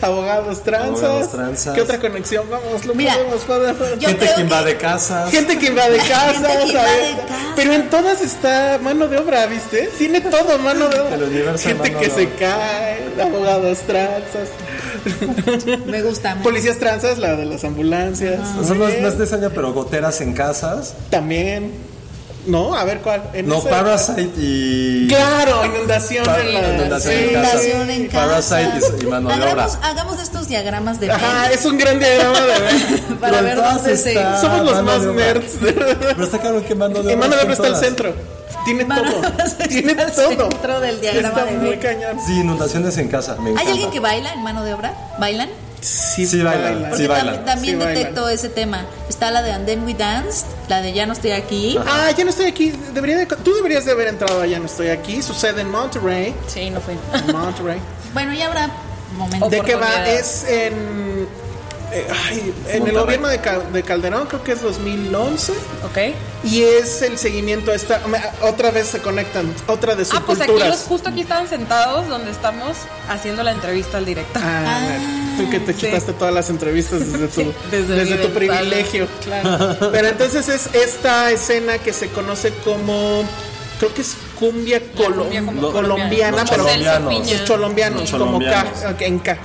S3: abogados tranzas.
S6: Abogados tranzas.
S3: ¿Qué otra conexión? Vamos, lo
S5: Mira,
S3: podemos, podemos.
S5: yo-
S6: Gente
S5: creo
S6: que
S5: que-
S6: invade casas.
S3: Gente que invade
S5: Gente
S3: casas,
S5: que invade
S3: ¿sabes?
S5: casas.
S3: pero en todas está mano de obra, ¿viste? Tiene todo mano de obra.
S6: El universo de
S3: Gente
S6: mano
S3: que
S6: de
S3: se
S6: obra.
S3: cae, abogados tranzas,
S5: Me gusta. me-
S3: policías tranzas, la de las ambulancias.
S6: O sea, no, es, no es de ese año, pero goteras en casas.
S3: También. No, a ver cuál. En
S6: No,
S3: ese-
S6: Parasite y.
S3: Claro, inundación
S6: Pa-
S3: en la
S6: inundación
S3: sí.
S6: en casa.
S5: Inundación en casa.
S6: Parasite y- y mano de
S5: hagamos,
S6: obra.
S5: hagamos estos diagramas de
S3: Ajá,
S5: Venn
S3: es un gran diagrama de
S5: para
S6: Pero
S5: ver
S6: todas
S5: dónde se.
S6: está
S3: Somos los
S6: Ah, mano
S3: más
S6: de obra.
S3: nerds.
S6: Pero está claro que mano de obra.
S3: En mano de obra
S6: está
S3: está
S6: en
S3: el
S6: todas.
S3: centro. Tiene
S5: Mano de
S3: todo.
S5: obra está
S3: Tiene
S5: el
S3: todo.
S5: centro del diagrama
S3: está
S5: de
S3: muy
S5: Venn.
S3: cañón.
S6: Sí, inundaciones en casa. Me
S5: ¿Hay
S6: encanta.
S5: alguien que baila en mano de obra? ¿Bailan?
S3: Sí,
S6: Sí, baila,
S5: Porque
S6: sí
S5: tam-
S6: bailan.
S5: también
S3: Sí bailan.
S5: detecto ese tema. Está la de And Then We Danced, la de Ya No Estoy Aquí.
S3: Ah, ya no estoy aquí. Debería de- tú deberías de haber entrado a Ya no estoy aquí. Sucede en Monterrey.
S4: Sí, no fue.
S3: Monterrey.
S5: Bueno, ya habrá momentos.
S3: ¿De qué va?
S4: Oportunidades.
S3: Es en. eh, ay, en el
S6: Monterrey.
S3: gobierno de, Ca- de Calderón, creo que es 2011.
S4: Ok.
S3: Y es el seguimiento a esta. Otra vez se conectan. Otra de sus
S4: Ah, pues aquí
S3: culturas.
S4: los, justo aquí estaban sentados donde estamos haciendo la entrevista al director.
S3: Ah, tú que te
S4: sí.
S3: quitaste todas las entrevistas desde tu,
S4: Sí,
S3: desde
S4: desde
S3: tu
S4: mi ventana.
S3: privilegio, claro. Pero entonces es esta escena que se conoce como, creo que es cumbia, colo-
S4: cumbia como
S3: lo- colombiana,
S4: colombiana.
S6: Los
S3: pero
S6: colombianos.
S3: los cholombianos,
S6: Los
S3: como K,
S6: colombianos.
S3: ok, en K.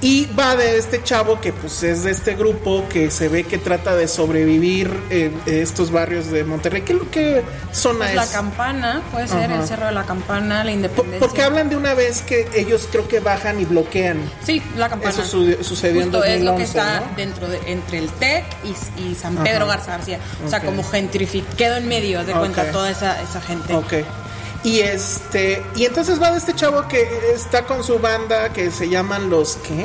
S3: Y va de este chavo que pues es de este grupo que se ve que trata de sobrevivir en estos barrios de Monterrey. ¿Qué, qué zona
S4: Pues
S3: es?
S4: la campana, puede ser el cerro de la campana, la
S3: Por-
S4: independencia.
S3: porque hablan de una vez que ellos creo que bajan y bloquean.
S4: Sí, la campana.
S3: Eso su- sucedió en
S4: Justo es lo
S3: 2011,
S4: que está
S3: ¿no?
S4: dentro de, entre el TEC y, y San Pedro Garza García. O sea,
S3: Ok.
S4: como gentrificado, quedó en medio, haz de
S3: Ok.
S4: cuenta, toda esa, esa gente.
S3: Ok. Y este. Y entonces va de este chavo que está con su banda que se llaman los ¿qué?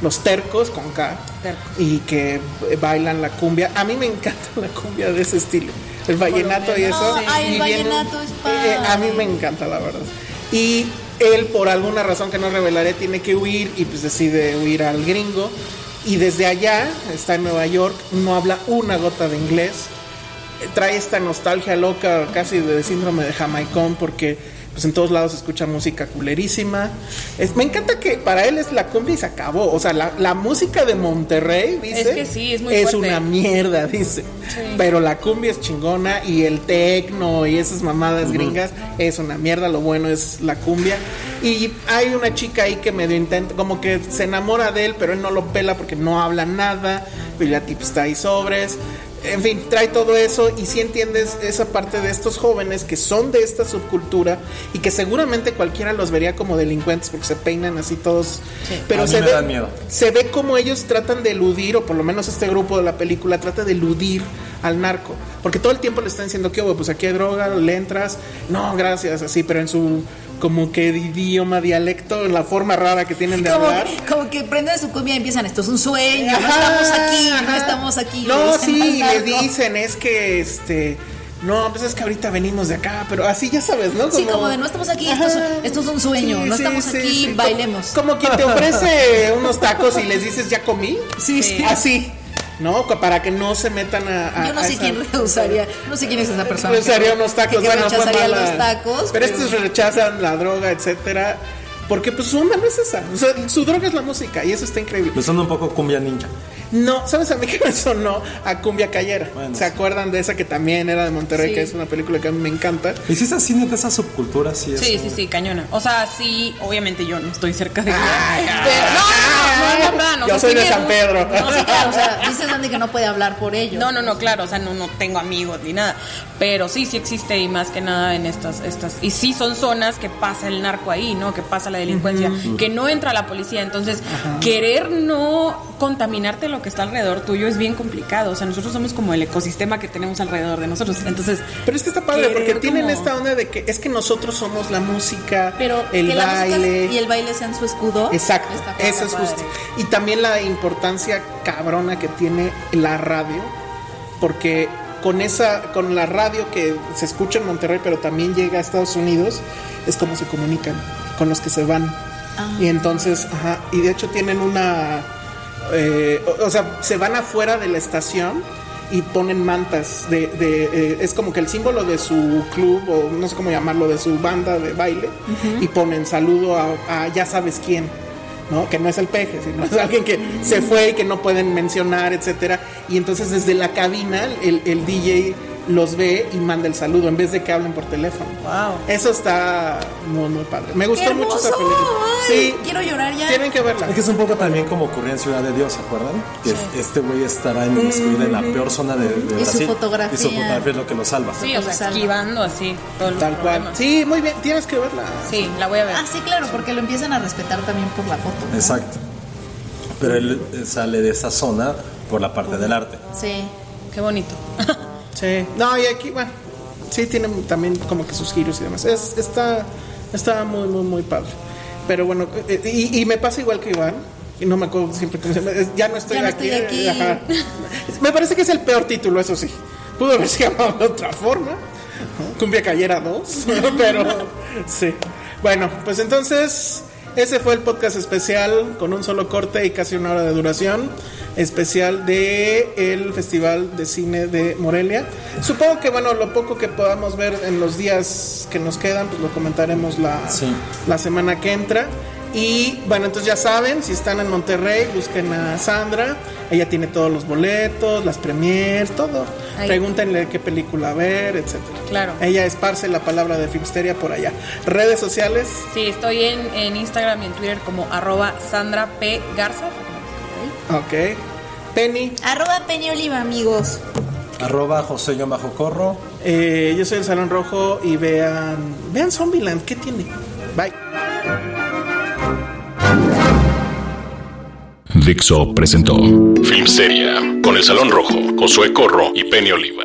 S3: Los tercos con K.
S4: Tercos.
S3: Y que eh, bailan la cumbia. A mí me encanta la cumbia de ese estilo. El vallenato y
S5: Colombiano.
S3: eso.
S5: No, ay, el
S3: y vienen-
S5: vallenato es
S3: eh, A mí
S5: padre.
S3: me encanta, la verdad. Y él por alguna razón que no revelaré tiene que huir y pues decide huir al gringo y desde allá está en Nueva York, no habla una gota de inglés, Eh, trae esta nostalgia loca casi de síndrome de Jamaicón porque pues en todos lados se escucha música culerísima. Es- me encanta que para él es la cumbia y se acabó, o sea, la, la música de Monterrey, dice,
S4: Es que sí, es muy fuerte.
S3: una mierda, dice. Pero la cumbia es chingona y el tecno y esas mamadas gringas es una mierda, lo bueno es la cumbia. Y hay una chica ahí que medio intenta, como que se enamora de él, pero él no lo pela porque no habla nada, y la tip está ahí sobres. En fin, trae todo eso y si entiendes esa parte de estos jóvenes que son de esta subcultura y que seguramente cualquiera los vería como delincuentes porque se peinan así todos. Pero
S6: A mí
S3: se
S6: me
S3: ve-
S6: dan miedo.
S3: se ve como ellos tratan de eludir, o por lo menos este grupo de la película trata de eludir al narco. Porque todo el tiempo le están diciendo que, pues aquí hay droga, le entras. No, gracias, así, pero en su como que idioma, dialecto, en la forma rara que tienen de
S5: Como,
S3: hablar.
S5: como que prenden su cumbia y empiezan, esto es un sueño, no
S3: Ajá,
S5: estamos aquí, no
S3: ajá.
S5: estamos aquí. le
S3: No,
S5: dicen al
S3: sí, le
S5: narco.
S3: dicen, es que este. No, pues es que ahorita venimos de acá, pero así ya sabes, ¿no?
S5: Sí, como de no estamos aquí, esto es-
S3: Ajá.
S5: esto es un sueño, no estamos aquí, bailemos.
S3: Como, como quien te ofrece unos tacos y les dices, ¿ya comí?
S5: Sí, sí.
S3: Así, ¿no? Co- Para que no se metan a. a-
S5: Yo no
S3: a
S5: sé
S3: esa-
S5: quién rehusaría, no sé quién es esa persona. que-
S3: Rehusaría unos tacos.
S5: que- que
S3: bueno, fue
S5: rechazaría
S3: mala.
S5: los tacos.
S3: Pero este estos rechazan la droga, etcétera. Porque pues su onda no es esa. O sea, su droga es la música y eso está increíble.
S6: Me suena un poco cumbia ninja.
S3: No, ¿sabes a mí que me sonó? A Cumbia Callera.
S6: Bueno,
S3: ¿Se
S6: sí.
S3: acuerdan de esa que también era de Monterrey?
S5: Sí.
S3: Que es una película que a mí me encanta.
S6: Y si es así, neta, esa subcultura sí es.
S4: Sí, sí, sí, cañona. O sea, sí, obviamente yo no estoy cerca de. Pero- no, no, no, no, no, no, no,
S3: Yo
S4: no,
S3: soy
S4: sí
S3: de
S4: que-
S3: San Pedro.
S4: No, sí, claro,
S5: O sea, dice Sandy que no puede hablar por ello.
S4: No, no, no, claro, o sea, no, no tengo amigos ni nada. Pero sí, sí existe y más que nada en estas, estas. Y sí son zonas que pasa el narco ahí, ¿no? Que pasa la delincuencia, que no entra la policía. Entonces, querer no contaminarte lo que está alrededor tuyo es bien complicado. O sea, nosotros somos como el ecosistema que tenemos alrededor de nosotros. Entonces.
S3: Pero es que está padre porque
S4: querer
S3: tienen
S4: como-
S3: esta onda de que es que nosotros somos la música,
S5: Pero
S3: el
S5: que la música
S3: baile.
S5: y el baile sean su escudo.
S3: Exacto,
S5: está
S3: eso
S5: padre,
S3: es
S5: padre.
S3: justo. Y también la importancia cabrona que tiene la radio, porque con esa, con la radio que se escucha en Monterrey, pero también llega a Estados Unidos, es como se comunican con los que se van.
S5: Ah.
S3: Y entonces, ajá, y de hecho tienen una, eh, o- o, sea, se van afuera de la estación y ponen mantas de, de, eh, es como que el símbolo de su club o no sé cómo llamarlo de su banda de baile y ponen saludo a, a ya sabes quién ¿no? Que no es el peje, sino es alguien que se fue y que no pueden mencionar, etcétera. Y entonces desde la cabina el, el DJ los ve y manda el saludo en vez de que hablen por teléfono.
S4: Wow.
S3: Eso está muy, muy padre. Me
S5: ¡Qué
S3: gustó mucho esa
S5: hermoso!
S3: película.
S5: Ay,
S3: Sí,
S5: Quiero llorar ya.
S3: tienen que verla.
S6: Es que es un poco también como ocurría en Ciudad de Dios, ¿se acuerdan? Que este güey estaba en, excluido en la peor zona de, de
S5: su
S6: Brasil.
S5: fotografía.
S6: Y su fotografía es lo que lo salva.
S4: Sí, o sea,
S5: Salva.
S4: esquivando así todos los
S3: Tal cual.
S4: problemas.
S3: Sí, muy bien, tienes que verla.
S4: Sí, la voy a ver.
S5: Ah, sí, claro, porque lo empiezan a respetar también por la foto. ¿no?
S6: Exacto. Pero él eh, sale de esa zona por la parte del arte.
S5: Sí.
S4: Qué bonito.
S3: Sí. No, y aquí, bueno, sí tiene también como que sus giros y demás. Es, está, está muy, muy, muy padre. Pero bueno, eh, y, y me pasa igual que Iván. Y no me acuerdo siempre cómo se llama. Es- Ya no estoy
S5: Ya no
S3: aquí.
S5: estoy aquí.
S3: Ajá. Me parece que es el peor título, eso sí. Pudo haberse llamado de otra forma. Cumbia Cayera 2. Pero sí. Bueno, pues entonces. Ese fue el podcast especial con un solo corte y casi una hora de duración. Especial de el Festival de Cine de Morelia. Supongo que bueno, lo poco que podamos ver en los días que nos quedan, pues lo comentaremos la,
S6: Sí.
S3: la semana que entra. Y bueno, entonces ya saben, si están en Monterrey, busquen a Sandra. Ella tiene todos los boletos, las premiers, todo.
S4: Ahí.
S3: Pregúntenle qué película ver, etcétera.
S4: Claro.
S3: Ella esparce la palabra de Filmsteria por allá. Redes sociales.
S4: Sí, estoy en, en Instagram y en Twitter como arroba Sandra P. Garza.
S3: Ok. Penny,
S5: Arroba Peña Oliva, amigos.
S6: Arroba José John Bajo Corro.
S3: eh, yo soy el Salón Rojo y vean, vean Zombieland, ¿qué tiene? Bye.
S1: Dixo presentó Filmsteria con el Salón Rojo, Josué Corro y Penny Oliva.